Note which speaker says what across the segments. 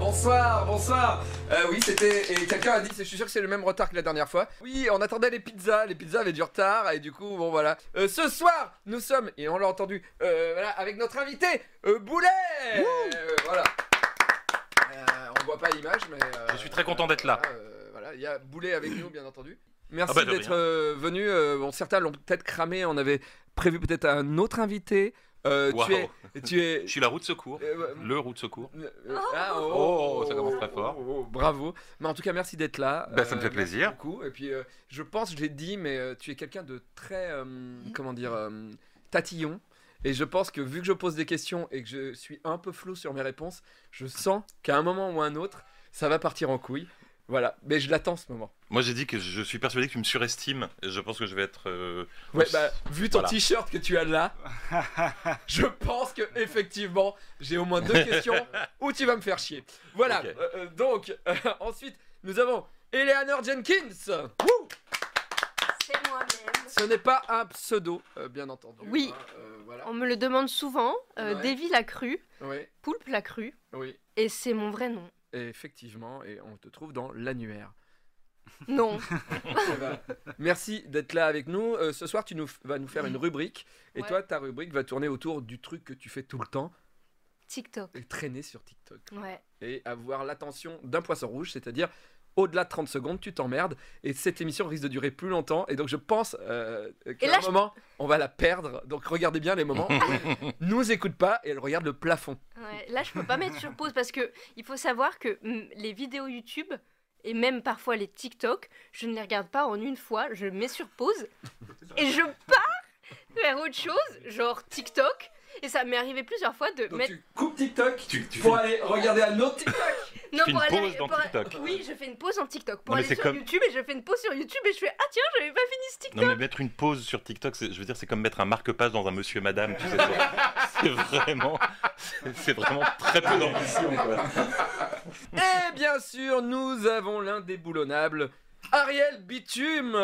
Speaker 1: Bonsoir, bonsoir. Euh, oui, c'était. Et quelqu'un a dit, je suis sûr que c'est le même retard que la dernière fois. Oui, on attendait les pizzas. Les pizzas avaient du retard et du coup, bon voilà. Euh, ce soir, nous sommes et on l'a entendu. euh, voilà, avec notre invité euh, Boulet. Euh, voilà. Euh, on voit pas l'image, mais. euh,
Speaker 2: Je suis très content d'être là.
Speaker 1: euh, voilà, il y a Boulet avec nous, bien entendu. Merci
Speaker 2: Ah bah, de
Speaker 1: d'être
Speaker 2: rien.
Speaker 1: euh, venu. euh, bon, certains l'ont peut-être cramé. On avait prévu peut-être un autre invité. Euh,
Speaker 2: Wow.
Speaker 1: Tu es, tu es,
Speaker 2: Je suis la roue de secours.
Speaker 1: euh,
Speaker 2: Le roue de secours.
Speaker 1: euh, ah,
Speaker 2: Oh, ça commence très fort.
Speaker 1: oh, oh, bravo. Mais en tout cas, merci d'être là.
Speaker 2: Bah, ça me fait
Speaker 1: merci
Speaker 2: plaisir.
Speaker 1: beaucoup. Et puis, euh, je pense, je l'ai dit, mais euh, tu es quelqu'un de très, euh, comment dire, euh, tatillon. Et je pense que vu que je pose des questions et que je suis un peu flou sur mes réponses, je sens qu'à un moment ou à un autre, ça va partir en couille. Voilà. Mais je l'attends ce moment.
Speaker 2: Moi, j'ai dit que je suis persuadé que tu me surestimes. Et Je pense que je vais être. euh,
Speaker 1: Ouais,
Speaker 2: aussi-
Speaker 1: bah, vu ton
Speaker 2: Voilà.
Speaker 1: t-shirt que tu as là, je pense que effectivement, j'ai au moins deux questions où tu vas me faire chier. Voilà.
Speaker 2: Ok.
Speaker 1: euh, euh, donc, euh, ensuite, nous avons Eleanor Jenkins.
Speaker 3: C'est moi-même.
Speaker 1: Ce n'est pas un pseudo, euh, bien entendu.
Speaker 3: Oui.
Speaker 1: hein, euh, voilà.
Speaker 3: On me le demande souvent. Euh,
Speaker 1: Ouais.
Speaker 3: Davy l'a cru,
Speaker 1: Oui,
Speaker 3: Poulpe l'a cru,
Speaker 1: oui.
Speaker 3: et c'est mon vrai nom.
Speaker 1: Et effectivement, et on te trouve dans l'annuaire.
Speaker 3: Non.
Speaker 1: Eh ben, Merci d'être là avec nous. Euh, ce soir, tu nous f- vas nous faire une rubrique. Et
Speaker 3: Ouais.
Speaker 1: toi, ta rubrique va tourner autour du truc que tu fais tout le temps,
Speaker 3: TikTok.
Speaker 1: et traîner sur TikTok.
Speaker 3: Ouais.
Speaker 1: Et avoir l'attention d'un poisson rouge, c'est-à-dire au-delà de 30 secondes, tu t'emmerdes. Et cette émission risque de durer plus longtemps. Et donc, je pense euh, qu'à
Speaker 3: Et là,
Speaker 1: un
Speaker 3: je-
Speaker 1: moment, on va la perdre. Donc, regardez bien les moments où elle nous écoute pas et elle regarde le plafond.
Speaker 3: Ouais, Là, je peux pas mettre sur pause parce que il faut savoir que mm, les vidéos YouTube et même parfois les TikTok, je ne les regarde pas en une fois. Je mets sur pause et je pars vers autre chose, genre TikTok. Et ça m'est arrivé plusieurs fois de
Speaker 1: Donc
Speaker 3: mettre.
Speaker 1: tu coupes TikTok
Speaker 2: Tu- tu
Speaker 1: pour aller regarder un autre TikTok.
Speaker 3: Non,
Speaker 2: fais une pause dans
Speaker 3: pour-
Speaker 2: TikTok.
Speaker 3: Oui, je fais une pause en TikTok. Pour
Speaker 2: Non, mais
Speaker 3: aller
Speaker 2: c'est
Speaker 3: sur
Speaker 2: comme-
Speaker 3: YouTube et je fais une pause sur YouTube et je fais Ah tiens, j'avais pas fini ce TikTok.
Speaker 2: Non, mais mettre une pause sur TikTok, c'est- je veux dire, c'est comme mettre un marque-page dans un monsieur madame. Tu sais, c'est- c'est vraiment. c'est- C'est vraiment très
Speaker 1: Ah,
Speaker 2: peu d'ambition. quoi.
Speaker 1: Et bien sûr, nous avons l'indéboulonnable Ariel Bitume.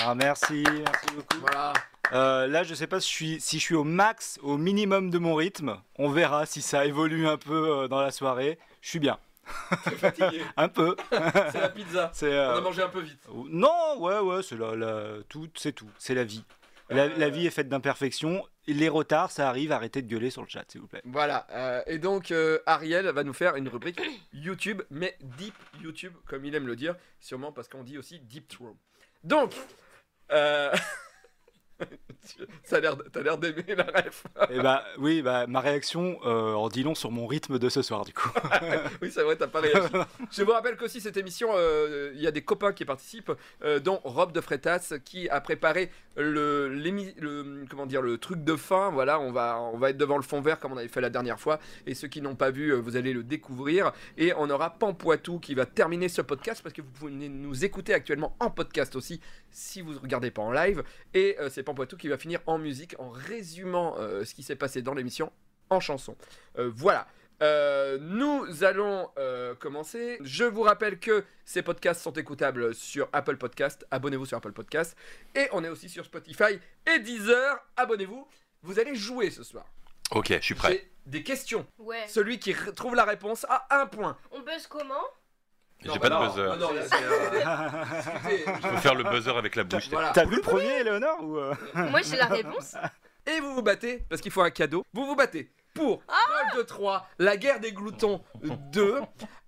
Speaker 4: Ah, merci, merci beaucoup.
Speaker 1: Voilà.
Speaker 4: Euh, là, je sais pas si je, suis, si je suis au max, au minimum de mon rythme. On verra si ça évolue un peu euh, dans la soirée. Je suis bien,
Speaker 1: Fatigué.
Speaker 4: un peu.
Speaker 1: C'est la pizza.
Speaker 4: C'est
Speaker 1: On
Speaker 4: euh,
Speaker 1: a mangé un peu vite.
Speaker 4: non, ouais, ouais, c'est la, la- tout, c'est tout, c'est la vie. La,
Speaker 1: Euh.
Speaker 4: la vie est faite d'imperfections. Les retards, ça arrive. Arrêtez de gueuler sur le chat, s'il vous plaît.
Speaker 1: Voilà. euh, et donc, euh, Ariel va nous faire une rubrique YouTube, mais Deep YouTube, comme il aime le dire. Sûrement parce qu'on dit aussi Deep Throw. Donc. euh, tu- Ça a l'air, t'as l'air d'aimer la ref.
Speaker 4: Et bah oui, bah ma réaction euh, en dit long sur mon rythme de ce soir, du coup.
Speaker 1: Oui, c'est vrai, t'as pas réagi. Je vous rappelle qu'aussi cette émission, euh, il y a des copains qui participent, euh, dont Rob de Fretas qui a préparé le, l'émi- le- comment dire le truc de fin. Voilà, on va on va être devant le fond vert comme on avait fait la dernière fois. Et ceux qui n'ont pas vu, euh, vous allez le découvrir. Et on aura Pampoitou qui va terminer ce podcast parce que vous pouvez nous écouter actuellement en podcast aussi si vous ne regardez pas en live. Et euh, c'est Pampoitou qui va finir en musique en résumant euh, ce qui s'est passé dans l'émission en chanson. Euh, voilà. Euh, nous allons euh, commencer. Je vous rappelle que ces podcasts sont écoutables sur Apple Podcast. Abonnez-vous sur Apple Podcast. Et on est aussi sur Spotify et Deezer. Abonnez-vous. Vous allez jouer ce soir.
Speaker 2: Ok, je suis prêt.
Speaker 1: J'ai des questions.
Speaker 3: Ouais.
Speaker 1: Celui qui re- trouve la réponse a un point.
Speaker 3: On buzz comment
Speaker 2: J'ai pas de buzzer.
Speaker 1: Non, non, là, c'est- c'est-
Speaker 2: Faut faire le buzzer avec la bouche.
Speaker 1: Voilà.
Speaker 4: T'as vu le premier, Léonore ou euh
Speaker 3: Moi j'ai la réponse.
Speaker 1: Et vous vous battez, parce qu'il faut un cadeau, vous vous battez pour Troll de 3, La guerre des gloutons 2.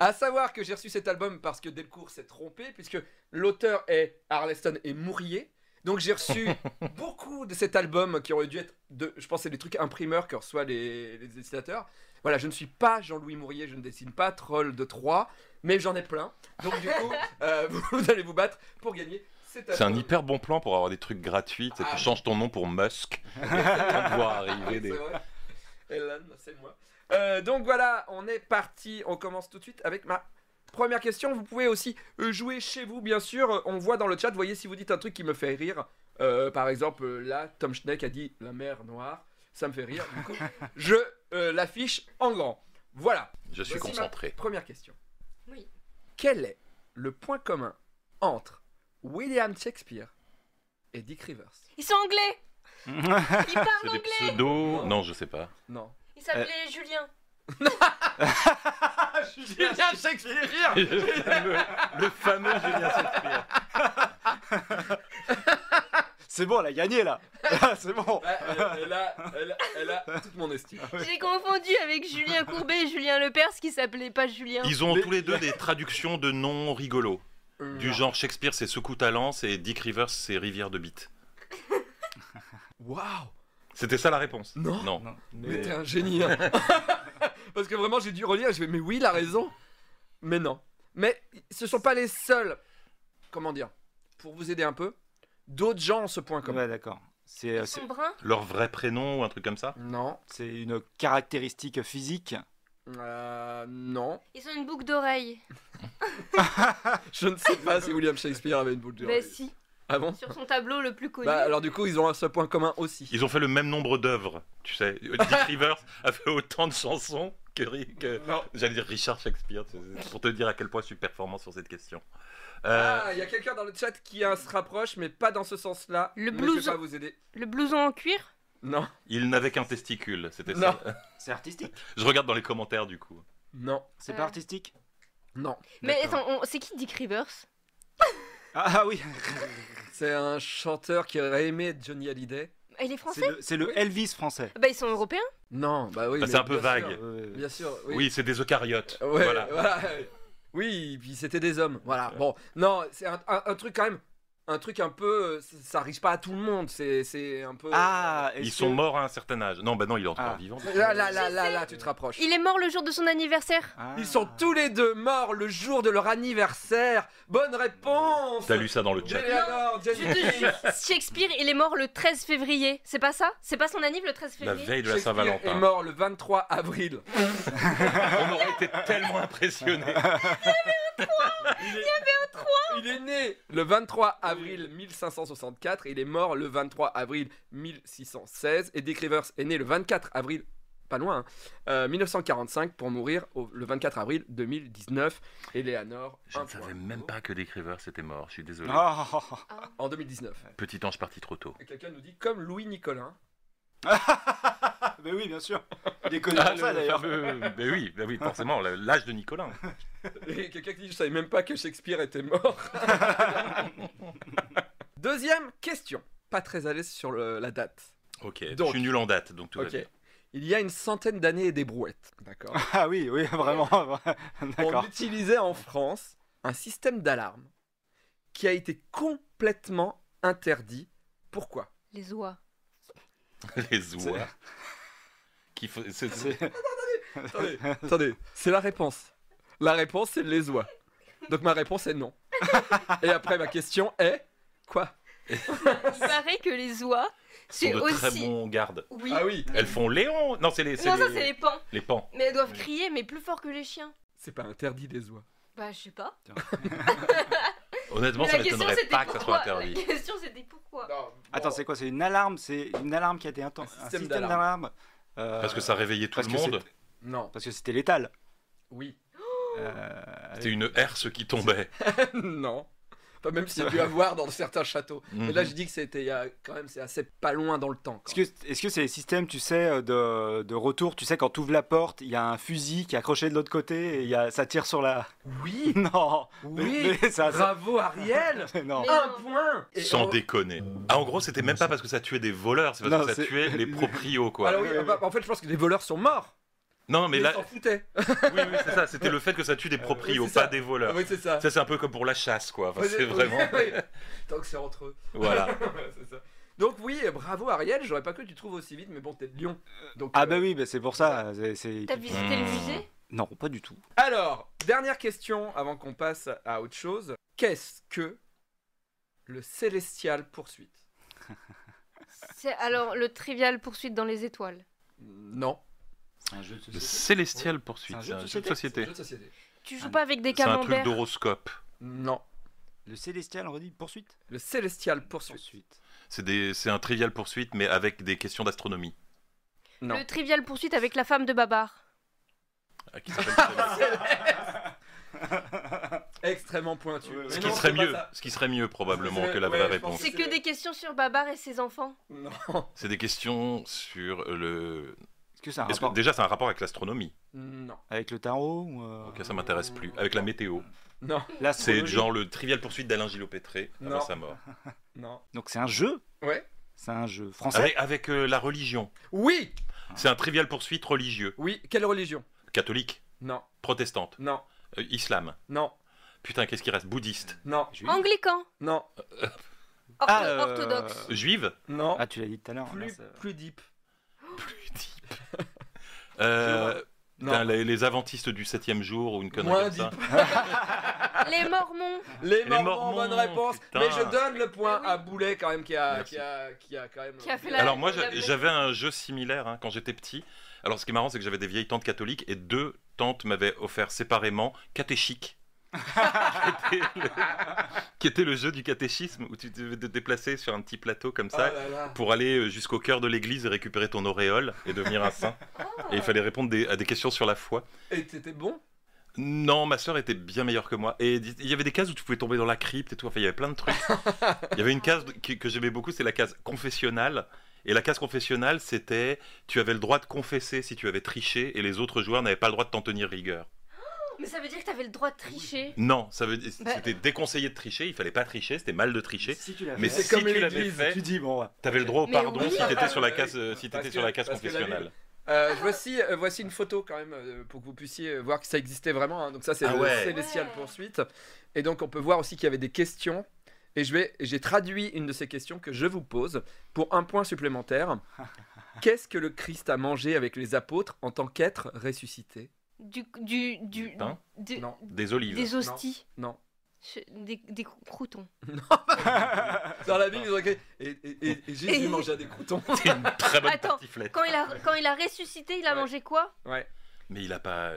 Speaker 1: À savoir que j'ai reçu cet album parce que Delcourt s'est trompé, puisque l'auteur est Arleston et Mourier. Donc j'ai reçu beaucoup de cet album qui aurait dû être, de, je pense, que c'est des trucs imprimeurs que reçoivent les, les dessinateurs. Voilà, je ne suis pas Jean-Louis Mourier, je ne dessine pas Troll de 3, mais j'en ai plein. Donc du coup, euh, vous allez vous battre pour gagner. C'est à
Speaker 2: C'est un
Speaker 1: vous.
Speaker 2: hyper bon plan pour avoir des trucs gratuits. Tu sais,
Speaker 1: Ah.
Speaker 2: tu changes ton nom pour Musk. Pour voir arriver
Speaker 1: C'est
Speaker 2: des.
Speaker 1: vrai. Ellen, c'est moi. Euh, donc voilà, on est parti. On commence tout de suite avec ma première question. Vous pouvez aussi euh, jouer chez vous, bien sûr. Euh, On voit dans le chat, voyez si vous dites un truc qui me fait rire. Euh, par exemple, euh, là, Tom Schneck a dit la mer noire. Ça me fait rire. Du coup, je euh, l'affiche en grand. Voilà.
Speaker 2: Je suis
Speaker 1: Voici ma
Speaker 2: concentré.
Speaker 1: première question.
Speaker 3: Oui.
Speaker 1: Quel est le point commun entre William Shakespeare et Dick Rivers
Speaker 3: Ils sont anglais Ils
Speaker 2: C'est
Speaker 3: parlent
Speaker 2: des
Speaker 3: anglais
Speaker 2: pseudos. Non, je sais pas.
Speaker 1: Non.
Speaker 3: Ils s'appelaient Julien.
Speaker 1: William Shakespeare.
Speaker 2: le, fameux, le fameux Julien Shakespeare.
Speaker 4: C'est bon, elle a gagné là. c'est bon.
Speaker 1: Ouais, elle, elle a, elle, a- elle a toute mon estime.
Speaker 3: J'ai confondu avec Julien Courbet et Julien Lepers qui s'appelaient pas Julien.
Speaker 2: Ils ont
Speaker 4: Mais-
Speaker 2: tous les deux des traductions de noms rigolos. Du
Speaker 1: Non.
Speaker 2: genre Shakespeare, c'est Secou Talence et Dick Rivers, c'est Rivière de Bite.
Speaker 1: Waouh
Speaker 2: C'était ça la réponse
Speaker 1: Non.
Speaker 2: Non.
Speaker 4: Non,
Speaker 1: Mais
Speaker 4: mais-
Speaker 1: t'es un génie hein. Parce que vraiment, j'ai dû relire et je vais, mais oui, il a raison Mais non. Mais ce sont pas les seuls. Comment dire Pour vous aider un peu, d'autres gens ont ce point commun.
Speaker 4: Ouais, d'accord. C'est, euh,
Speaker 3: Ils
Speaker 4: c'est-
Speaker 3: sont bruns
Speaker 2: Leur vrai prénom ou un truc comme ça
Speaker 1: Non.
Speaker 4: c'est une caractéristique physique.
Speaker 1: Euh, non.
Speaker 3: Ils ont une boucle d'oreille.
Speaker 1: Je ne sais pas si William Shakespeare avait une boule de
Speaker 3: Bah si,
Speaker 1: Ah bon
Speaker 3: sur son tableau le plus connu.
Speaker 1: Bah alors du coup, ils ont ce point commun aussi.
Speaker 2: Ils ont fait le même nombre d'œuvres, tu sais. Dick Rivers a fait autant de chansons que, Ri- que-
Speaker 1: Non.
Speaker 2: j'allais dire Richard Shakespeare, c'est- pour te dire à quel point je suis performant sur cette question. Euh,
Speaker 1: Ah, il y a quelqu'un dans le chat qui euh, se rapproche, mais pas dans ce sens-là.
Speaker 3: Le
Speaker 1: Mais Je
Speaker 3: blouson.
Speaker 1: vais pas vous aider.
Speaker 3: Le blouson en cuir
Speaker 1: Non.
Speaker 2: il n'avait qu'un testicule, c'était
Speaker 1: Non.
Speaker 2: ça.
Speaker 4: C'est artistique.
Speaker 2: Je regarde dans les commentaires du coup.
Speaker 1: Non.
Speaker 4: C'est
Speaker 3: Euh.
Speaker 4: pas artistique.
Speaker 1: Non.
Speaker 3: Mais
Speaker 4: D'accord.
Speaker 3: attends, on- c'est qui Dick Rivers
Speaker 4: Ah, ah oui.
Speaker 1: C'est un chanteur qui aurait aimé Johnny Hallyday.
Speaker 3: Ah, Il est français
Speaker 4: C'est le, c'est le Elvis français.
Speaker 3: Bah ils sont européens
Speaker 1: Non, bah oui.
Speaker 2: Bah,
Speaker 1: mais
Speaker 2: c'est un peu
Speaker 1: bien
Speaker 2: vague.
Speaker 1: sûr.
Speaker 4: Euh,
Speaker 1: bien sûr, oui.
Speaker 2: Oui, c'est des eucaryotes.
Speaker 1: Ouais,
Speaker 2: voilà.
Speaker 1: voilà. Oui, et puis c'était des hommes. Voilà. Bon, non, c'est un, un- un truc quand même. Un truc un peu. euh, c- Ça arrive pas à tout le monde. C'est c'est un peu.
Speaker 4: Ah, est-ce
Speaker 2: Ils sont
Speaker 4: que-
Speaker 2: morts à un certain âge. Non, bah non, il est encore
Speaker 4: Ah.
Speaker 2: vivant.
Speaker 1: euh, Là, là, là, là, là, tu te rapproches.
Speaker 3: Il est mort le jour de son anniversaire
Speaker 4: Ah.
Speaker 1: Ils sont tous les deux morts le jour de leur anniversaire. Bonne réponse.
Speaker 2: T'as lu ça dans le chat.
Speaker 1: Eleanor,
Speaker 3: Je te jure, Shakespeare, il est mort le 13 février. C'est pas ça C'est pas son anniv le 13
Speaker 2: La
Speaker 3: février
Speaker 2: veille de la
Speaker 1: Shakespeare est
Speaker 2: Saint-Valentin.
Speaker 1: mort le 23 avril.
Speaker 2: On aurait été tellement impressionnés.
Speaker 1: Il est né le 23 avril 1564 et il est mort le 23 avril 1616. Et Dick Rivers est né le 24 avril, pas loin, hein, euh, 1945 pour mourir au- le 24 avril 2019. Eleanor,
Speaker 2: Je
Speaker 1: un
Speaker 2: ne savais
Speaker 1: point.
Speaker 2: même pas que Dick Rivers était mort. Je suis désolé.
Speaker 4: Ah, ah, ah.
Speaker 1: En 2019.
Speaker 2: Petit ange parti trop tôt.
Speaker 1: Et Quelqu'un nous dit comme Louis Nicolin.
Speaker 4: Ah, Mais oui, bien sûr. Il est connu
Speaker 2: Ah,
Speaker 4: pour ça
Speaker 2: le
Speaker 4: d'ailleurs.
Speaker 2: fameux- Ben oui, ben oui, forcément, la- l'âge de Nicolas.
Speaker 1: Et quelqu'un qui dit je savais même pas que Shakespeare était mort. Deuxième question. Pas très à l'aise sur le- la date.
Speaker 2: Ok,
Speaker 1: Donc.
Speaker 2: je suis nul en date, donc tout va
Speaker 1: Ok.
Speaker 2: bien.
Speaker 1: Il y a une centaine d'années et des brouettes. D'accord.
Speaker 4: Ah oui, oui, vraiment.
Speaker 1: on
Speaker 4: D'accord.
Speaker 1: utilisait en France un système d'alarme qui a été complètement interdit. Pourquoi
Speaker 3: Les oies.
Speaker 2: Les oies. Qui fa- c'est- c'est-
Speaker 1: Attendez, attendez, c'est la réponse. La réponse, c'est les oies. Donc ma réponse est non. Et après, ma question est quoi
Speaker 3: Il paraît que les oies,
Speaker 2: Ce
Speaker 3: c'est
Speaker 2: sont de très
Speaker 3: aussi...
Speaker 2: bons gardes.
Speaker 3: Oui.
Speaker 1: Ah oui,
Speaker 2: Elles font Léon Non, c'est les, c'est
Speaker 3: Non, ça
Speaker 2: les-
Speaker 3: c'est les pans.
Speaker 2: les pans.
Speaker 3: Mais elles doivent crier, mais plus fort que les chiens.
Speaker 1: c'est pas interdit des oies.
Speaker 3: Bah je sais pas.
Speaker 2: Honnêtement,
Speaker 3: Mais
Speaker 2: ça m'étonnerait pas que ça soit interdit.
Speaker 3: La question c'était pourquoi
Speaker 4: Attends, c'est quoi C'est une alarme C'est une alarme qui a été un, temps- un
Speaker 1: système
Speaker 4: système,
Speaker 1: d'alarme.
Speaker 4: d'alarme. Euh,
Speaker 2: Parce que ça réveillait tout
Speaker 4: parce
Speaker 2: le
Speaker 4: que
Speaker 2: monde.
Speaker 4: c'est-
Speaker 1: Non,
Speaker 4: Parce que c'était létal.
Speaker 1: oui,
Speaker 4: Euh,
Speaker 2: C'était une herse qui tombait.
Speaker 1: non. Pas même s'il y a dû avoir dans certains châteaux. Mais là,
Speaker 2: Mhm.
Speaker 1: je dis que c'était il y a- quand même, c'est assez pas loin dans le temps.
Speaker 4: Est-ce
Speaker 1: quoi.
Speaker 4: que est-ce que c'est les systèmes, tu sais, euh, de, de retour Tu sais, quand tu ouvres la porte, il y a un fusil qui est accroché de l'autre côté et il y a, ça tire sur la.
Speaker 1: Oui,
Speaker 4: Non
Speaker 1: oui,
Speaker 4: mais ça- ça-
Speaker 1: bravo Ariel
Speaker 4: Non
Speaker 3: Mais-
Speaker 1: Un
Speaker 3: non.
Speaker 1: point Et
Speaker 2: Sans
Speaker 1: on-
Speaker 2: déconner. Ah, en gros, c'était même pas parce que ça tuait des voleurs, c'est parce
Speaker 4: Non,
Speaker 2: que ça
Speaker 4: c'est-
Speaker 2: tuait les proprios, quoi.
Speaker 1: Alors oui, bah, en fait, je pense que les voleurs sont morts.
Speaker 2: Non, mais
Speaker 1: Mais
Speaker 2: là,
Speaker 1: ils s'en foutaient.
Speaker 2: oui, oui, c'est ça. C'était le fait que ça tue des proprios,
Speaker 1: c'est
Speaker 2: pas
Speaker 1: ça.
Speaker 2: des
Speaker 1: Ah
Speaker 2: voleurs.
Speaker 1: oui, c'est ça.
Speaker 2: Ça, c'est un peu comme pour la chasse, quoi. Enfin,
Speaker 1: Ouais,
Speaker 2: c'est
Speaker 1: ouais,
Speaker 2: vraiment.
Speaker 1: ouais. Tant que c'est entre eux.
Speaker 2: Voilà.
Speaker 1: Ouais, c'est ça. Donc oui, euh, bravo Ariel, j'aurais pas cru que tu trouves aussi vite, mais bon, t'es de Lyon. Donc,
Speaker 4: Ah
Speaker 1: euh,
Speaker 4: bah oui, bah c'est pour ça. c'est- c'est-
Speaker 3: T'as visité le
Speaker 2: Mmh.
Speaker 3: musée
Speaker 4: Non, pas du tout.
Speaker 1: Alors, dernière question avant qu'on passe à autre chose. Qu'est-ce que le Célestial Poursuite
Speaker 3: C'est alors le trivial poursuite dans les étoiles.
Speaker 1: Non.
Speaker 4: C'est un jeu de
Speaker 2: Le Célestial Poursuite,
Speaker 4: C'est
Speaker 2: c'est
Speaker 4: un
Speaker 2: un
Speaker 4: jeu de
Speaker 2: jeu de
Speaker 4: société.
Speaker 2: société.
Speaker 1: de société.
Speaker 3: Tu joues pas avec des
Speaker 2: C'est un truc
Speaker 3: camemberts.
Speaker 2: d'horoscope.
Speaker 1: Non.
Speaker 4: Le Célestial, on redit poursuite
Speaker 1: Le Célestial Poursuite.
Speaker 4: Poursuite.
Speaker 2: C'est des- c'est un trivial poursuite, mais avec des questions d'astronomie.
Speaker 1: Non.
Speaker 3: Le trivial poursuite avec la femme de Babar.
Speaker 2: Ah, qui s'appelle-
Speaker 1: Extrêmement pointu.
Speaker 4: Ouais, ouais.
Speaker 2: ce
Speaker 1: Mais
Speaker 2: qui
Speaker 1: non,
Speaker 2: serait
Speaker 1: c'est pas
Speaker 2: mieux,
Speaker 1: ça.
Speaker 2: ce qui serait mieux probablement
Speaker 1: C'est-
Speaker 2: que la
Speaker 1: ouais,
Speaker 2: vraie
Speaker 1: je pense.
Speaker 2: réponse.
Speaker 3: C'est que des questions sur Babar et ses enfants.
Speaker 1: Non.
Speaker 2: C'est des questions sur le.
Speaker 4: Est-ce que c'est un
Speaker 2: Est-ce que-
Speaker 4: rapport
Speaker 2: Déjà, c'est un rapport avec l'astronomie.
Speaker 1: Non.
Speaker 4: avec le tarot ou euh,
Speaker 2: Ok, ça m'intéresse plus. Avec la météo.
Speaker 1: Non.
Speaker 4: l'astrologie
Speaker 2: C'est genre le trivial poursuite d'Alain Gillot-Pétré
Speaker 1: Non.
Speaker 2: avant sa mort.
Speaker 1: Non.
Speaker 4: Donc c'est un jeu
Speaker 1: Ouais.
Speaker 4: C'est un jeu français
Speaker 2: Avec, avec, euh, la religion.
Speaker 1: Oui.
Speaker 2: C'est un trivial poursuite religieux.
Speaker 1: Oui. Quelle religion
Speaker 2: Catholique,
Speaker 1: Non.
Speaker 2: protestante,
Speaker 1: Non.
Speaker 2: euh, islam.
Speaker 1: Non.
Speaker 2: Putain, qu'est-ce qui reste Bouddhiste,
Speaker 1: Non.
Speaker 4: Juif
Speaker 3: Anglican.
Speaker 1: Non.
Speaker 3: Ortho-
Speaker 4: Ah, euh,
Speaker 3: Orthodoxe.
Speaker 2: juive
Speaker 1: Non.
Speaker 4: Ah, tu l'as dit tout à l'heure.
Speaker 1: plus,
Speaker 4: mince, euh.
Speaker 1: plus deep.
Speaker 2: Euh,
Speaker 1: Non.
Speaker 2: putain, les, les adventistes du septième jour ou une connerie
Speaker 1: Moins
Speaker 2: comme ça.
Speaker 1: deep.
Speaker 3: Les Mormons.
Speaker 1: Les
Speaker 2: Les
Speaker 1: Mormons,
Speaker 2: Mormons,
Speaker 1: bonne réponse.
Speaker 2: putain.
Speaker 1: Mais je donne le point
Speaker 3: Ah oui.
Speaker 1: à Boulet quand même qui a,
Speaker 2: Merci.
Speaker 1: qui a, qui a quand même.
Speaker 3: Qui a fait la-
Speaker 2: Alors moi,
Speaker 3: la
Speaker 2: j'a-
Speaker 3: vraie-
Speaker 2: j'avais un jeu similaire hein, quand j'étais petit. Alors ce qui est marrant, c'est que j'avais des vieilles tantes catholiques et deux tantes m'avaient offert séparément catéchique. qui, était le... qui était le jeu du catéchisme où tu devais te déplacer sur un petit plateau comme
Speaker 1: Oh
Speaker 2: ça
Speaker 1: là là.
Speaker 2: pour aller euh, jusqu'au cœur de l'église et récupérer ton auréole et devenir un saint. Et il fallait répondre des- à des questions sur la foi.
Speaker 1: Et c'était bon.
Speaker 2: Non, ma sœur était bien meilleure que moi. Et dis- il y avait des cases où tu pouvais tomber dans la crypte et tout. Enfin, il y avait plein de trucs. il y avait une case de- que, que j'aimais beaucoup, c'est la case confessionnelle. Et la case confessionnelle, c'était tu avais le droit de confesser si tu avais triché et les autres joueurs n'avaient pas le droit de t'en tenir rigueur.
Speaker 3: Mais ça veut dire que t'avais le droit de tricher.
Speaker 2: Non, ça veut dire
Speaker 3: Bah-
Speaker 2: c'était déconseillé de tricher. Il fallait pas tricher, c'était mal de tricher.
Speaker 4: Si tu l'as
Speaker 2: Mais
Speaker 4: fait,
Speaker 1: C'est
Speaker 2: si
Speaker 1: comme
Speaker 2: tu l'avais
Speaker 1: l'Église,
Speaker 2: fait,
Speaker 4: tu dis bon. ouais.
Speaker 2: t'avais le droit au
Speaker 3: Mais
Speaker 2: pardon
Speaker 3: oui.
Speaker 2: si t'étais sur la case, euh, si
Speaker 1: Parce
Speaker 2: t'étais
Speaker 1: que-
Speaker 2: sur la case
Speaker 1: parce que la
Speaker 2: confessionnelle.
Speaker 1: Euh,
Speaker 3: Ah.
Speaker 1: voici, euh, voici une photo quand même euh, pour que vous puissiez voir que ça existait vraiment. hein. Donc ça c'est
Speaker 2: Ah
Speaker 1: le
Speaker 2: ouais.
Speaker 1: Célestial
Speaker 3: Ouais.
Speaker 1: Poursuite. Et donc on peut voir aussi qu'il y avait des questions. Et je vais, j'ai traduit une de ces questions que je vous pose pour un point supplémentaire. Qu'est-ce que le Christ a mangé avec les apôtres en tant qu'être ressuscité
Speaker 3: Du, du, du,
Speaker 2: Du pain
Speaker 3: du-
Speaker 1: Non.
Speaker 2: Des olives.
Speaker 3: Des hosties.
Speaker 1: Non.
Speaker 3: Je- Des, des croutons.
Speaker 1: Dans la Bible, ils ont écrit et, et- et- et Jésus mangeait des croutons.
Speaker 2: C'est une très bonne
Speaker 3: Attends.
Speaker 2: tartiflette.
Speaker 3: Quand il, a, quand il a ressuscité, il a
Speaker 1: Ouais.
Speaker 3: mangé quoi
Speaker 1: Ouais.
Speaker 2: Mais il a pas.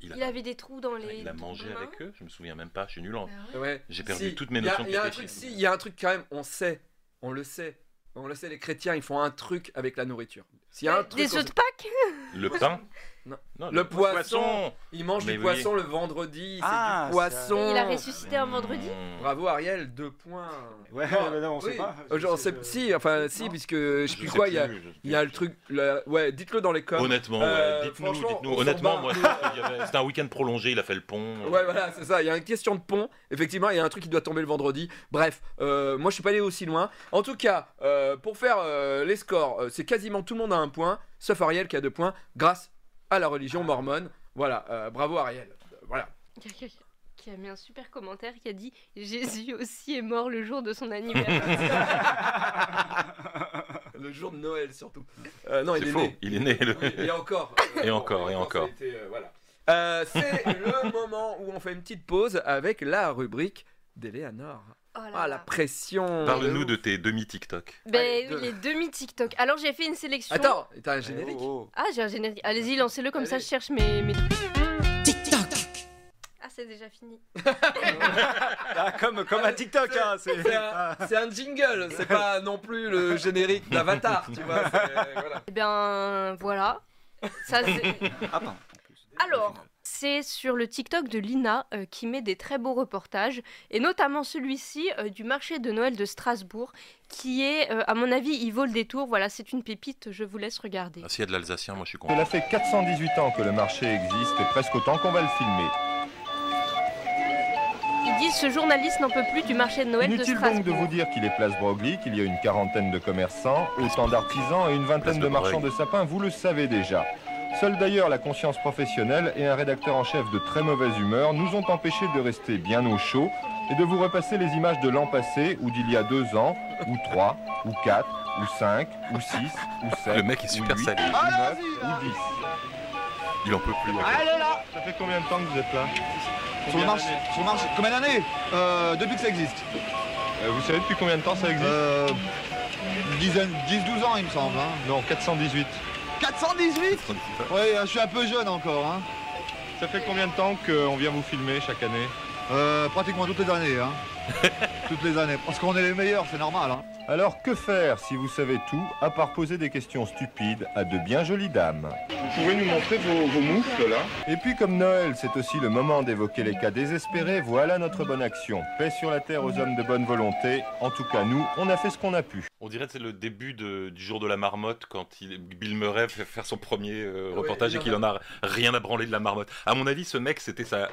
Speaker 2: Il a,
Speaker 3: Il avait des trous dans les.
Speaker 2: il a mangé
Speaker 3: mains.
Speaker 2: avec euh, eux Je me souviens même pas, je suis nul hein. en.
Speaker 1: Ouais.
Speaker 2: J'ai perdu
Speaker 1: Si,
Speaker 2: toutes mes
Speaker 1: il y a-
Speaker 2: notions de
Speaker 1: Il y a un truc,
Speaker 2: catéchisme.
Speaker 1: si, il y a un truc quand même, on sait, on le sait. On le sait, les chrétiens, ils font un truc avec la nourriture. S'il y a un truc,
Speaker 3: Des
Speaker 1: on
Speaker 3: œufs
Speaker 1: sait-
Speaker 3: de Pâques
Speaker 2: Le pain
Speaker 1: Non.
Speaker 2: Non,
Speaker 1: Le poisson. ils mangent
Speaker 2: Mais
Speaker 1: du
Speaker 2: oui.
Speaker 1: poisson le vendredi,
Speaker 4: Ah,
Speaker 1: c'est du poisson.
Speaker 3: Mais Il a ressuscité un vendredi
Speaker 2: Mmh.
Speaker 1: Bravo Ariel, deux points.
Speaker 4: Ouais,
Speaker 1: Non,
Speaker 4: mais non, on
Speaker 1: oui.
Speaker 4: sait pas.
Speaker 1: Euh, genre, on sait-
Speaker 4: Je-
Speaker 1: Si, enfin, si,
Speaker 4: Non.
Speaker 1: puisque je sais
Speaker 2: Je
Speaker 1: plus
Speaker 2: sais
Speaker 1: quoi, il y a,
Speaker 2: plus, je sais
Speaker 1: il y a
Speaker 2: plus.
Speaker 1: le truc. le- Ouais, dites-le dans les commentaires.
Speaker 2: Honnêtement, ouais,
Speaker 1: Euh,
Speaker 2: dites-nous,
Speaker 1: franchement,
Speaker 2: dites-nous.
Speaker 1: on s'en
Speaker 2: Honnêtement,
Speaker 1: bat.
Speaker 2: moi, il y avait- c'était un week-end prolongé, il a fait le pont.
Speaker 1: Ouais, voilà, c'est ça. Il y a une question de pont. Effectivement, il y a un truc qui doit tomber le vendredi. Bref, euh, moi, je suis pas allé aussi loin. En tout cas, euh, pour faire euh, les scores, euh, c'est quasiment tout le monde a un point, sauf Ariel qui a deux points, grâce à la religion mormone. Voilà, euh, bravo Ariel. Euh, Voilà.
Speaker 3: Il y a quelqu'un qui a mis un super commentaire qui a dit Jésus aussi est mort le jour de son anniversaire.
Speaker 1: Le jour de Noël, surtout. Euh, non, il
Speaker 2: C'est
Speaker 1: est
Speaker 2: faux,
Speaker 1: né.
Speaker 2: il est né. le-
Speaker 1: Oui, et encore. euh,
Speaker 2: Et encore, et encore.
Speaker 1: ça a été, euh, voilà. Euh, c'est le moment où on fait une petite pause avec la rubrique d'Eleanor.
Speaker 3: Oh là
Speaker 1: Ah, la
Speaker 3: là.
Speaker 1: pression.
Speaker 2: Parle-nous
Speaker 1: ouf.
Speaker 2: de tes demi-TikTok.
Speaker 3: Ben,
Speaker 1: Allez,
Speaker 3: oui,
Speaker 1: deux.
Speaker 3: les demi-TikTok. Alors j'ai fait une sélection.
Speaker 1: Attends, t'as un générique.
Speaker 4: Oh, oh.
Speaker 3: Ah, j'ai un générique. Allez-y, lancez-le comme ça,
Speaker 1: Allez.
Speaker 3: je cherche mes, mes trucs. Ah, c'est déjà fini.
Speaker 4: Ah, comme, comme un TikTok, hein, c'est.
Speaker 1: C'est un, c'est un jingle, c'est pas non plus le générique d'Avatar, tu vois. c'est- euh, voilà.
Speaker 3: Eh bien, voilà. Ça, c'est-
Speaker 4: Ah, pardon. en plus.
Speaker 3: Alors, c'est sur le TikTok de Lina euh, qui met des très beaux reportages, et notamment celui-ci euh, du marché de Noël de Strasbourg, qui est, euh, à mon avis, il vaut le détour. Voilà, c'est une pépite, je vous laisse regarder.
Speaker 2: Ah, S'il y a de l'Alsacien, moi je suis content.
Speaker 5: Cela fait 418 ans que le marché existe et presque autant qu'on va le filmer.
Speaker 3: Ils disent ce journaliste n'en peut plus du marché de Noël de
Speaker 5: Inutile donc de
Speaker 3: Strasbourg.
Speaker 5: vous dire qu'il est place Broglie, qu'il y a une quarantaine de commerçants, autant d'artisans et une
Speaker 2: Place
Speaker 5: vingtaine
Speaker 2: de
Speaker 5: de marchands
Speaker 2: Broglie.
Speaker 5: de sapins, vous le savez déjà. Seule d'ailleurs la conscience professionnelle et un rédacteur en chef de très mauvaise humeur nous ont empêchés de rester bien au chaud et de vous repasser les images de l'an passé ou d'il y a deux ans, ou trois, ou quatre, ou cinq, ou six, ou sept,
Speaker 2: Le mec est super
Speaker 5: ou huit,
Speaker 2: salé.
Speaker 5: ou neuf, ou dix.
Speaker 2: Il en peut plus. en fait.
Speaker 6: Allez là
Speaker 5: Ça fait combien de temps que vous êtes là
Speaker 6: Sur le marché, sur le marché, combien d'années Euh, Depuis que ça existe.
Speaker 5: Euh, Vous savez depuis combien de temps ça existe
Speaker 6: Euh, une dizaine, 10-12 ans il me semble. hein.
Speaker 5: Non, 418.
Speaker 6: 418 Ouais, euh, je suis un peu jeune encore. Hein.
Speaker 5: Ça fait combien de temps qu'on vient vous filmer chaque année
Speaker 6: Euh, pratiquement toutes les années. Hein. toutes les années. Parce qu'on est les meilleurs, c'est normal. Hein.
Speaker 5: Alors que faire si vous savez tout, à part poser des questions stupides à de bien jolies dames Vous pouvez nous montrer vos, moufles là Et puis comme Noël, c'est aussi le moment d'évoquer les cas désespérés, voilà notre bonne action. Paix sur la terre aux hommes de bonne volonté, en tout cas nous, on a fait ce qu'on a pu.
Speaker 2: On dirait que c'est le début de- du jour de la marmotte quand il, Bill Murray fait faire son premier euh,
Speaker 1: Ouais,
Speaker 2: reportage
Speaker 1: il
Speaker 2: et
Speaker 1: en
Speaker 2: qu'il en a rien à branler de la marmotte. À mon avis, ce mec, c'était sa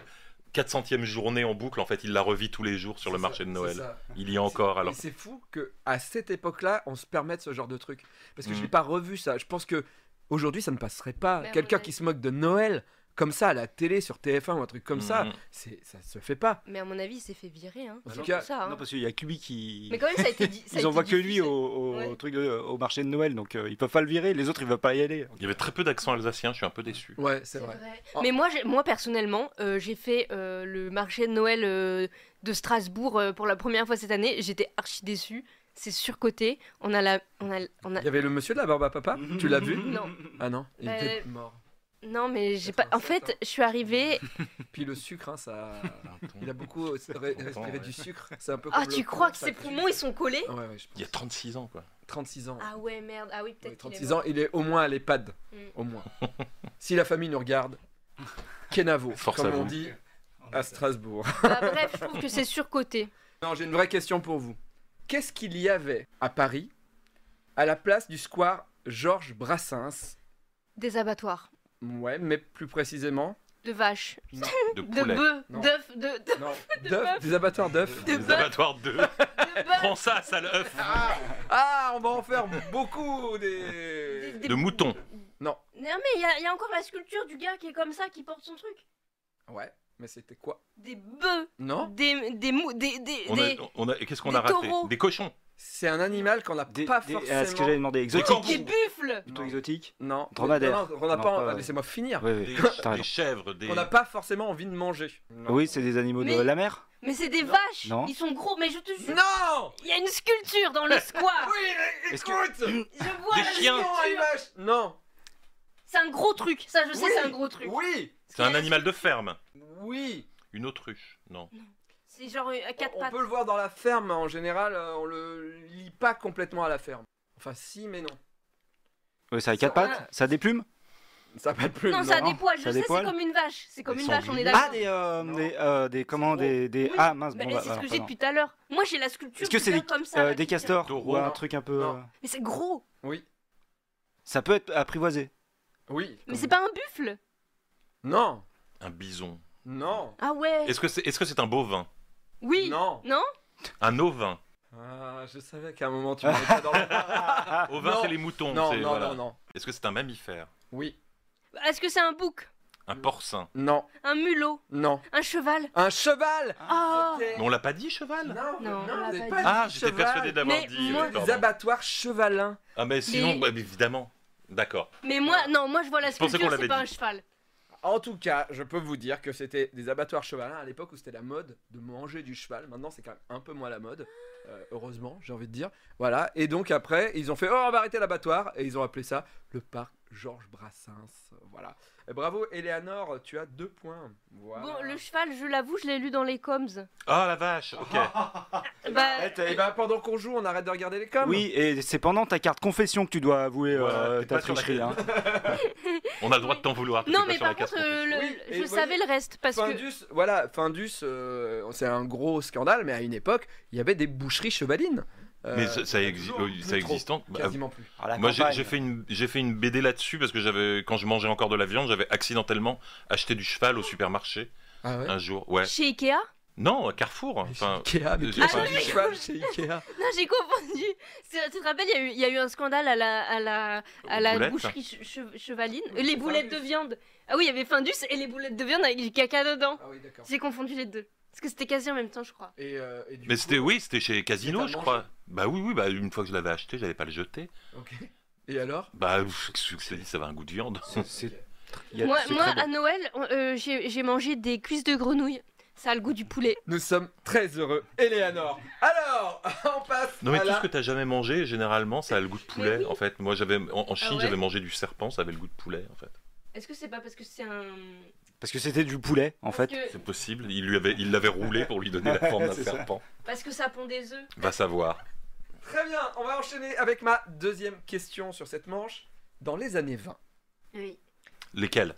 Speaker 2: 400e journée en boucle. En fait, il la revit tous les jours sur le
Speaker 1: C'est
Speaker 2: marché
Speaker 1: ça,
Speaker 2: de
Speaker 1: c'est
Speaker 2: Noël.
Speaker 1: ça.
Speaker 2: Il y est encore. Alors,
Speaker 1: Et c'est fou que à cette époque-là, on se permette ce genre de truc. Parce que je
Speaker 2: Mhm.
Speaker 1: n'ai pas revu ça. Je pense que aujourd'hui, ça ne passerait pas.
Speaker 3: Ben,
Speaker 1: Quelqu'un
Speaker 3: ouais.
Speaker 1: qui se moque de Noël comme ça à la télé sur TF1 ou un truc comme ça,
Speaker 2: Mhm.
Speaker 1: c'est ça se fait pas.
Speaker 3: Mais à mon avis, il s'est fait virer. Hein.
Speaker 1: En
Speaker 3: C'est
Speaker 1: tout
Speaker 3: pour
Speaker 1: cas,
Speaker 3: ça, hein.
Speaker 4: Non, parce qu'il y a Kubi qui.
Speaker 3: Mais quand même, ça a été dit. ça a
Speaker 4: Ils
Speaker 3: été
Speaker 4: envoient que
Speaker 3: diffusé.
Speaker 4: lui oh. au, au-
Speaker 3: Ouais.
Speaker 4: truc de- au marché de Noël, donc euh, ils peuvent pas le virer. Les autres, ils veulent pas y aller.
Speaker 2: il y avait très peu d'accent alsacien. Je suis un peu déçu.
Speaker 1: Ouais, c'est
Speaker 3: C'est
Speaker 1: vrai.
Speaker 3: vrai.
Speaker 1: Oh.
Speaker 3: Mais moi, j'ai- moi personnellement, euh, j'ai fait euh, le marché de Noël euh, de Strasbourg euh, pour la première fois cette année. J'étais archi déçue. C'est surcoté. On a la, on a, on a-
Speaker 1: Il y avait le monsieur de la barbe à papa, tu l'as vu
Speaker 3: Non.
Speaker 1: Ah non, il
Speaker 3: Bah,
Speaker 1: était mort.
Speaker 3: Non, mais j'ai pas. En
Speaker 1: 87,
Speaker 3: fait, je suis arrivée.
Speaker 1: Puis le sucre, hein, ça. Il a beaucoup euh, ré-
Speaker 2: Pourtant,
Speaker 1: respiré
Speaker 2: ouais.
Speaker 1: du sucre. C'est un peu.
Speaker 3: Ah,
Speaker 1: comme
Speaker 3: tu
Speaker 1: le
Speaker 3: crois
Speaker 1: con,
Speaker 3: que
Speaker 1: ça
Speaker 3: ses
Speaker 1: tue.
Speaker 3: poumons ils sont collés
Speaker 1: Ouais, ouais, je pense.
Speaker 2: Il y a 36 ans, quoi.
Speaker 1: 36 ans.
Speaker 3: Ah ouais, merde. Ah oui,
Speaker 1: Ouais,
Speaker 3: peut-être. qu'il est
Speaker 1: 36
Speaker 3: mort.
Speaker 1: ans, il est au moins à l'EHPAD.
Speaker 3: Mm.
Speaker 1: Au moins. si la famille nous regarde, Kenavo,
Speaker 2: Force
Speaker 1: comme
Speaker 2: à
Speaker 1: on
Speaker 2: vous.
Speaker 1: dit à Strasbourg.
Speaker 3: Bah, bref, je trouve que c'est surcoté.
Speaker 1: Non, j'ai une vraie question pour vous. Qu'est-ce qu'il y avait à Paris, à la place du square Georges Brassens
Speaker 3: Des abattoirs.
Speaker 1: Ouais, mais plus précisément.
Speaker 3: De vaches.
Speaker 2: De
Speaker 3: De
Speaker 2: poulet.
Speaker 3: bœufs.
Speaker 1: Non.
Speaker 3: D'œufs. De, de,
Speaker 1: Non, d'œufs, des abattoirs d'œufs.
Speaker 3: de
Speaker 2: Des
Speaker 3: bœufs.
Speaker 2: abattoirs de.
Speaker 3: De bœufs.
Speaker 2: Prends ça, sale œuf.
Speaker 1: Ah, on va en faire beaucoup des.
Speaker 3: Des- des-
Speaker 2: De moutons.
Speaker 3: Non, mais il y, a- il y a encore la sculpture du gars qui est comme ça, qui porte son truc.
Speaker 1: Ouais, mais c'était quoi
Speaker 3: Des bœufs.
Speaker 1: Non
Speaker 3: Des, des mous. Des, des,
Speaker 2: On
Speaker 3: des-
Speaker 2: a, on a- qu'est-ce qu'on
Speaker 3: des
Speaker 2: a raté
Speaker 3: taureaux.
Speaker 2: Des cochons.
Speaker 1: C'est un animal qu'on n'a
Speaker 4: Des-
Speaker 1: pas
Speaker 4: des-
Speaker 1: forcément.
Speaker 4: ah, ce que j'avais demandé,
Speaker 2: Des
Speaker 3: des
Speaker 4: exotique.
Speaker 3: buffles.
Speaker 4: Plutôt exotique.
Speaker 1: Non,
Speaker 4: Dromadaire.
Speaker 1: non, non, on n'a
Speaker 4: Non,
Speaker 1: pas.
Speaker 4: pas-
Speaker 1: Laissez-moi finir.
Speaker 4: Oui,
Speaker 2: Ah, Des,
Speaker 4: oui.
Speaker 2: ch-
Speaker 4: T'as
Speaker 2: des
Speaker 4: raison.
Speaker 2: chèvres. Des...
Speaker 1: On n'a pas forcément envie de manger.
Speaker 4: Oui, c'est des animaux de
Speaker 3: Mais-
Speaker 4: la mer.
Speaker 3: Mais c'est des vaches.
Speaker 4: Non.
Speaker 3: Ils sont gros, mais je te jure.
Speaker 1: Non
Speaker 3: Il y a une sculpture dans le square.
Speaker 1: Oui, mais
Speaker 4: Est-ce que-
Speaker 1: écoute
Speaker 3: Je vois
Speaker 2: Des
Speaker 3: la
Speaker 2: chiens.
Speaker 1: Non,
Speaker 3: sculpture.
Speaker 1: les vaches Non
Speaker 3: C'est un gros truc. Ça, je sais,
Speaker 1: Oui.
Speaker 3: c'est un gros truc.
Speaker 1: Oui
Speaker 2: C'est un animal de ferme.
Speaker 1: Oui
Speaker 2: Une autruche. Non.
Speaker 3: C'est genre euh, à quatre
Speaker 1: On
Speaker 3: pattes.
Speaker 1: peut le voir dans la ferme, en général, euh, on le lit pas complètement à la ferme. Enfin, si, mais non.
Speaker 4: Ouais, ça a quatre pattes. Ça a des plumes.
Speaker 1: Ça va plus. hein.
Speaker 3: Non, ça a des poils. Je
Speaker 4: Ça a
Speaker 3: sais,
Speaker 4: des
Speaker 3: c'est
Speaker 4: poils.
Speaker 3: comme une vache. C'est comme
Speaker 2: Ils
Speaker 3: une
Speaker 2: sont
Speaker 3: vache, on est
Speaker 2: vieux.
Speaker 3: d'accord.
Speaker 4: Ah, des, euh,
Speaker 1: Non.
Speaker 4: des, euh, des comment, des, des-
Speaker 3: Oui.
Speaker 4: ah mince.
Speaker 3: Bah,
Speaker 4: bon, bah,
Speaker 3: c'est ce
Speaker 4: bah,
Speaker 3: que j'ai
Speaker 4: pardon.
Speaker 3: depuis tout à l'heure. Moi, j'ai la sculpture.
Speaker 4: Est-ce que
Speaker 3: qui
Speaker 4: c'est
Speaker 3: vient
Speaker 4: des-
Speaker 3: comme ça, là,
Speaker 4: Euh, des
Speaker 3: qui tient.
Speaker 4: castors
Speaker 2: Taureau,
Speaker 4: ou un
Speaker 2: non.
Speaker 4: truc un peu.
Speaker 1: Non.
Speaker 4: euh,
Speaker 3: Mais c'est gros.
Speaker 1: Oui,
Speaker 4: Ça peut être apprivoisé.
Speaker 1: oui.
Speaker 3: Mais c'est pas un buffle.
Speaker 1: Non,
Speaker 2: Un bison.
Speaker 1: non,
Speaker 3: Ah ouais.
Speaker 2: Est-ce que c'est est -ce c'est un bovin
Speaker 3: Oui.
Speaker 1: non.
Speaker 3: Non
Speaker 2: Un ovin
Speaker 1: Ah, je savais qu'à un moment tu m'avais pas dans le.
Speaker 2: Ovin,
Speaker 1: Ah, Non.
Speaker 2: c'est les moutons.
Speaker 1: non,
Speaker 2: c'est-
Speaker 1: non,
Speaker 2: voilà.
Speaker 1: non, non.
Speaker 2: Est-ce que c'est un mammifère
Speaker 1: Oui,
Speaker 3: Est-ce que c'est un bouc
Speaker 2: Un porcin
Speaker 1: non,
Speaker 3: Un mulot
Speaker 1: non.
Speaker 3: Un cheval
Speaker 1: Un cheval
Speaker 3: Ah
Speaker 1: C'était-
Speaker 2: Mais on l'a pas dit, cheval
Speaker 1: Non,
Speaker 3: Non, on
Speaker 1: non,
Speaker 3: l'a
Speaker 1: vous n'avez
Speaker 3: pas
Speaker 1: pas
Speaker 2: Ah,
Speaker 1: dit
Speaker 2: j'étais
Speaker 1: cheval.
Speaker 2: persuadé d'avoir
Speaker 3: Mais
Speaker 2: dit.
Speaker 3: moi-
Speaker 2: euh, pardon.
Speaker 1: Les abattoirs chevalins.
Speaker 2: Ah, mais sinon,
Speaker 3: Mais-
Speaker 2: bah, évidemment. D'accord.
Speaker 3: Mais moi, non, moi je vois la
Speaker 2: Je pensais qu'on
Speaker 3: sculpture,
Speaker 2: l'avait
Speaker 3: c'est pas
Speaker 2: dit.
Speaker 3: un cheval.
Speaker 1: En tout cas, je peux vous dire que c'était des abattoirs chevalins à l'époque où c'était la mode de manger du cheval. Maintenant, c'est quand même un peu moins la mode. Euh, heureusement, j'ai envie de dire. Voilà. Et donc après, ils ont fait Oh, on va arrêter l'abattoir. Et ils ont appelé ça le parc Georges Brassens. Voilà. Et bravo, Eleanor, tu as deux points. Voilà.
Speaker 3: Bon, le cheval, je l'avoue, je l'ai lu dans les coms.
Speaker 2: Ah, la vache Ok.
Speaker 3: Bah,
Speaker 2: Eh,
Speaker 1: Et ben pendant qu'on joue, on arrête de regarder les coms.
Speaker 4: Oui, et c'est pendant ta carte confession que tu dois avouer euh,
Speaker 2: Voilà, t'es
Speaker 4: ta
Speaker 2: pas sur la
Speaker 4: tricherie.
Speaker 2: carte.
Speaker 4: hein.
Speaker 2: On a le droit de t'en vouloir. t'es
Speaker 3: non,
Speaker 2: pas
Speaker 3: mais
Speaker 2: sur la
Speaker 3: par contre,
Speaker 2: carte
Speaker 3: euh,
Speaker 2: confession.
Speaker 3: le-
Speaker 1: Oui, et
Speaker 3: je
Speaker 1: vous
Speaker 3: savais
Speaker 1: voyez,
Speaker 3: le reste parce que.
Speaker 1: Findus, voilà, Findus, euh, c'est un gros scandale, mais à une époque, il y avait des boucheries chevalines. Euh,
Speaker 2: Mais ça, ça, exi-
Speaker 1: toujours,
Speaker 2: euh,
Speaker 1: plus
Speaker 2: ça
Speaker 1: trop,
Speaker 2: existe en- bah,
Speaker 1: Quasiment plus.
Speaker 4: Ah, la
Speaker 2: Moi, j'ai
Speaker 4: campagne.
Speaker 2: j'ai fait une j'ai fait une BD là-dessus parce que j'avais quand je mangeais encore de la viande, j'avais accidentellement acheté du cheval au supermarché
Speaker 1: Ah Oh. ouais.
Speaker 2: un jour. Ouais.
Speaker 3: Chez Ikea
Speaker 2: Non, à Carrefour. Enfin,
Speaker 1: Ikea, mais
Speaker 2: euh,
Speaker 1: qui a
Speaker 2: c'est
Speaker 1: pas
Speaker 2: pas
Speaker 1: du
Speaker 2: Ikea.
Speaker 1: cheval chez Ikea
Speaker 3: Non, Ah, j'ai confondu. C'est- Tu te rappelles, il y a eu- il y, a eu un scandale à la, à la, à
Speaker 2: Aux
Speaker 3: la
Speaker 2: boulettes.
Speaker 3: boucherie che- che- chevaline. Les boulettes de viande. Ah oui, il y avait Findus et les boulettes de viande avec du caca dedans.
Speaker 1: Ah oui, d'accord.
Speaker 3: J'ai confondu les deux. Parce que c'était quasi en même temps, je crois.
Speaker 1: Et, euh, et du
Speaker 2: mais
Speaker 1: coup-
Speaker 2: c'était oui, c'était chez Casino,
Speaker 1: t'as
Speaker 2: je
Speaker 1: mangé.
Speaker 2: crois. Bah oui, oui, bah une fois que je l'avais acheté, j'allais pas le jeter.
Speaker 1: Ok. Et alors
Speaker 2: Bah, pff, qu'est-ce que c'est dit, ça va un goût de viande.
Speaker 4: C'est- c'est- Il y a-
Speaker 3: Moi,
Speaker 4: c'est
Speaker 3: moi,
Speaker 4: très bon.
Speaker 3: à Noël, on- euh, j'ai j'ai mangé des cuisses de grenouille. Ça a le goût du poulet.
Speaker 1: Nous sommes très heureux. Eleanor. Alors, on passe
Speaker 2: Non mais
Speaker 1: à
Speaker 2: tout
Speaker 1: la-
Speaker 2: ce que t'as jamais mangé, généralement, ça a le goût de poulet.
Speaker 3: oui.
Speaker 2: En fait, moi j'avais en, en Chine,
Speaker 3: Ah ouais
Speaker 2: j'avais mangé du serpent, ça avait le goût de poulet. En fait,
Speaker 3: Est-ce que c'est pas parce que c'est un.
Speaker 4: Parce que c'était du poulet, en fait.
Speaker 3: Parce que,
Speaker 2: c'est possible. Il lui avait, il l'avait roulé pour lui donner la forme d'un
Speaker 4: C'est ça.
Speaker 2: serpent.
Speaker 3: parce que ça pond des œufs.
Speaker 2: Va savoir.
Speaker 1: Très bien, on va enchaîner avec ma deuxième question sur cette manche. Dans les années 20,
Speaker 3: Oui.
Speaker 2: Lesquels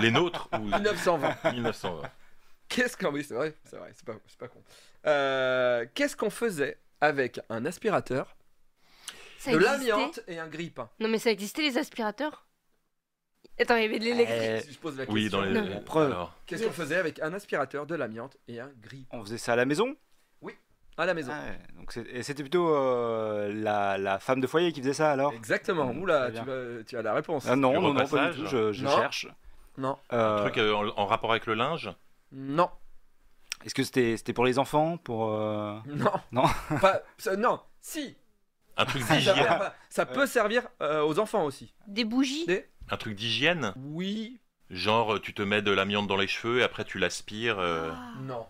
Speaker 2: Les nôtres ou
Speaker 1: 1920,
Speaker 2: 1920
Speaker 1: qu'est-ce qu'on... Oui, c'est vrai, c'est vrai, c'est pas, c'est pas con. Euh, qu'est-ce qu'on faisait avec un aspirateur,
Speaker 3: Ça
Speaker 1: de
Speaker 3: existait.
Speaker 1: l'amiante et un grille-pain
Speaker 3: Non, mais ça existait les aspirateurs Attends, il y avait de l'électrique.
Speaker 4: Eh,
Speaker 1: Si je pose la
Speaker 2: Oui,
Speaker 1: question,
Speaker 2: dans les.
Speaker 3: Non.
Speaker 2: euh,
Speaker 4: Preuve.
Speaker 2: alors.
Speaker 1: qu'est-ce qu'on faisait avec un aspirateur, de l'amiante et un grille-pain
Speaker 4: on faisait ça à la maison.
Speaker 1: à la maison
Speaker 4: Ah ouais, donc c'est- et c'était plutôt euh, la, la femme de foyer qui faisait ça alors
Speaker 1: Exactement,
Speaker 4: Mm,
Speaker 1: oula,
Speaker 4: très
Speaker 1: tu,
Speaker 4: bien.
Speaker 1: vas- tu as la réponse.
Speaker 4: Ah Non,
Speaker 2: Le
Speaker 4: non, non, pas
Speaker 2: repassage
Speaker 4: du tout, je, je
Speaker 1: Non.
Speaker 4: cherche.
Speaker 1: Non,
Speaker 4: Euh,
Speaker 2: Un truc euh, en, en rapport avec le linge
Speaker 1: non,
Speaker 4: Est-ce que c'était c'était pour les enfants pour euh,
Speaker 1: non,
Speaker 4: Non.
Speaker 1: Pas- ça- non, si,
Speaker 2: Un truc
Speaker 1: si, ça,
Speaker 2: d'hygiène
Speaker 1: ça peut servir euh, aux enfants aussi.
Speaker 4: Ah.
Speaker 3: Des bougies
Speaker 1: Des-
Speaker 2: Un truc d'hygiène
Speaker 1: Oui,
Speaker 2: Genre, tu te mets de l'amiante dans les cheveux et après tu l'aspires. euh,
Speaker 3: Ah.
Speaker 1: non.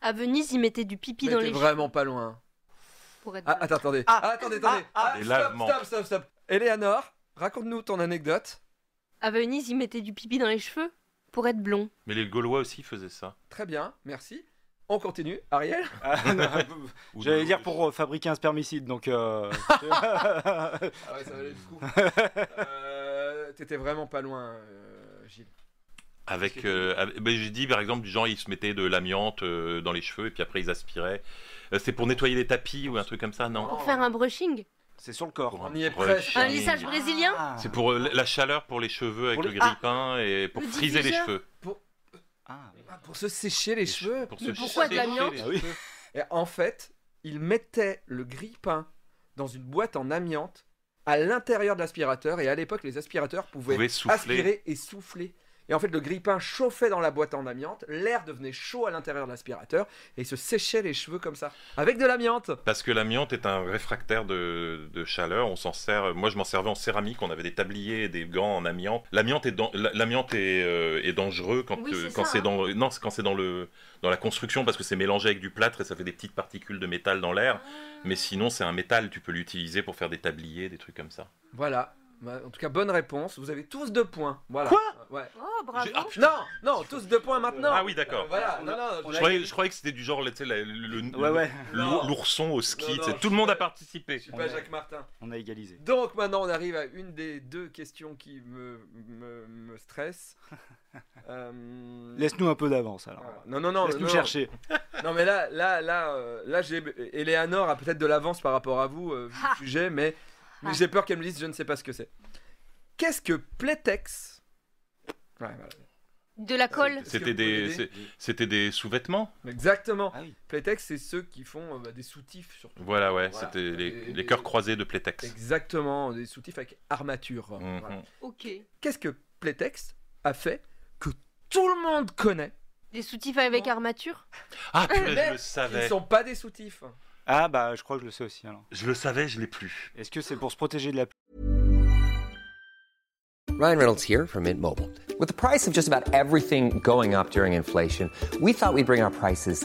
Speaker 3: À Venise, ils mettaient du pipi
Speaker 1: Mais
Speaker 3: dans
Speaker 1: t'es
Speaker 3: les cheveux
Speaker 1: vraiment pas loin.
Speaker 3: pour être
Speaker 1: Ah, attends, attendez.
Speaker 4: Ah,
Speaker 1: Ah, attendez, attendez.
Speaker 4: ah,
Speaker 2: ah,
Speaker 1: Ah,
Speaker 2: Des
Speaker 1: stop,
Speaker 2: lavements.
Speaker 1: stop, stop, stop. Eleanor, raconte-nous ton anecdote.
Speaker 3: À Venise, ils mettaient du pipi dans les cheveux pour être blond.
Speaker 2: Mais les Gaulois aussi faisaient ça.
Speaker 1: Très bien, merci. On continue, Ariel.
Speaker 4: Ah, non,
Speaker 2: Ou
Speaker 4: J'allais
Speaker 2: de-
Speaker 4: dire pour euh, fabriquer un spermicide, donc. euh,
Speaker 1: Ah ouais, ça valait le coup. Euh, T'étais vraiment pas loin, euh, Gilles.
Speaker 2: Avec, euh, avec- ben, j'ai dit par exemple, genre ils se mettaient de l'amiante euh, dans les cheveux et puis après ils aspiraient. Euh, c'est pour nettoyer les tapis ou un truc comme ça, non
Speaker 3: Pour faire un brushing
Speaker 4: c'est sur le corps.
Speaker 2: Pour
Speaker 1: On y est
Speaker 2: brushing.
Speaker 1: presque.
Speaker 3: Un lissage brésilien
Speaker 4: Ah.
Speaker 2: C'est pour euh, la- la chaleur pour les cheveux avec
Speaker 4: Pour
Speaker 2: le
Speaker 4: les-
Speaker 2: grille-pain et pour
Speaker 3: Le
Speaker 2: friser les
Speaker 3: diffuseur.
Speaker 2: cheveux.
Speaker 4: Ah, oui.
Speaker 1: Ah, pour se sécher les cheveux.
Speaker 2: Pour
Speaker 3: Mais
Speaker 2: se
Speaker 3: pourquoi de
Speaker 2: sécher
Speaker 3: l'amiante
Speaker 2: les
Speaker 4: Ah oui.
Speaker 2: cheveux.
Speaker 1: Et en fait, il mettait le grille-pain dans une boîte en amiante à l'intérieur de l'aspirateur. Et à l'époque, les aspirateurs
Speaker 2: Vous
Speaker 1: pouvaient
Speaker 2: pouvez souffler.
Speaker 1: aspirer et souffler. Et en fait, le grille-pain chauffait dans la boîte en amiante, l'air devenait chaud à l'intérieur de l'aspirateur et il se séchait les cheveux comme ça, avec de l'amiante.
Speaker 2: Parce que l'amiante est un réfractaire de, de chaleur, on s'en sert. Moi, je m'en servais en céramique. On avait des tabliers, et des gants en amiante. L'amiante est, dan- la- l'amiante est, euh, est dangereux quand,
Speaker 3: Oui,
Speaker 2: euh,
Speaker 3: c'est
Speaker 2: quand
Speaker 3: ça,
Speaker 2: c'est
Speaker 3: hein.
Speaker 2: dans non, c'est quand c'est dans le dans la construction parce que c'est mélangé avec du plâtre et ça fait des petites particules de métal dans l'air.
Speaker 1: Ah.
Speaker 2: Mais sinon, c'est un métal. Tu peux l'utiliser pour faire des tabliers, des trucs comme ça.
Speaker 1: Voilà. Bah, En tout cas, bonne réponse. Vous avez tous deux points. Voilà. Ouais.
Speaker 3: Oh, bravo
Speaker 2: J'ai- ah,
Speaker 1: Non, non, tous deux points maintenant.
Speaker 2: Ah oui, d'accord.
Speaker 1: Euh, Voilà. Non, non,
Speaker 2: Je croyais, je croyais que c'était du genre, tu sais, la- le, le-
Speaker 4: Ouais, ouais,
Speaker 1: Non.
Speaker 2: l'ourson au ski.
Speaker 1: Non, non,
Speaker 2: tu sais,
Speaker 1: je
Speaker 2: tout le
Speaker 1: suis
Speaker 2: monde a
Speaker 1: pas-
Speaker 2: participé.
Speaker 1: Je suis pas Jacques Martin.
Speaker 4: on a égalisé.
Speaker 1: Donc maintenant, on arrive à une des deux questions qui me me, me stresse. Euh,
Speaker 4: Laisse-nous un peu d'avance alors.
Speaker 1: voilà. Non, non, Ah, non.
Speaker 4: Laisse-nous
Speaker 1: non.
Speaker 4: chercher.
Speaker 1: Non mais là, là, là, euh, là, j'ai Eleanor a peut-être de l'avance par rapport à vous, euh, vu le
Speaker 3: Ah.
Speaker 1: sujet, mais, mais
Speaker 3: Ah.
Speaker 1: j'ai peur qu'elle me dise je ne sais pas ce que c'est. Qu'est-ce que Playtex Ouais, voilà.
Speaker 3: De la colle
Speaker 1: Est-ce que
Speaker 2: C'était
Speaker 1: vous pouvez
Speaker 2: des,
Speaker 1: l'aider
Speaker 2: c'est- c'était des sous-vêtements.
Speaker 1: Exactement.
Speaker 4: Ah oui.
Speaker 1: Playtex, c'est ceux qui font euh, bah, des soutifs surtout.
Speaker 2: Voilà, ouais,
Speaker 1: Voilà.
Speaker 2: c'était les,
Speaker 1: Et-
Speaker 2: les cœurs croisés de Playtex.
Speaker 1: Exactement, des soutifs avec armature.
Speaker 2: Mhm.
Speaker 1: Voilà.
Speaker 3: Ok.
Speaker 1: Qu'est-ce que Playtex a fait que tout le monde connaît
Speaker 3: Des soutifs avec armature
Speaker 2: Ah, purée,
Speaker 1: Mais
Speaker 2: je le
Speaker 1: Ils ne
Speaker 2: savais.
Speaker 1: sont pas des soutifs.
Speaker 4: Ah bah je crois que je le sais aussi alors.
Speaker 2: Je le savais, je l'ai plus.
Speaker 4: Est-ce que c'est pour se protéger de la
Speaker 7: Ryan Reynolds here from Mint Mobile. With the price of just about everything going up during inflation, we thought we'd bring our prices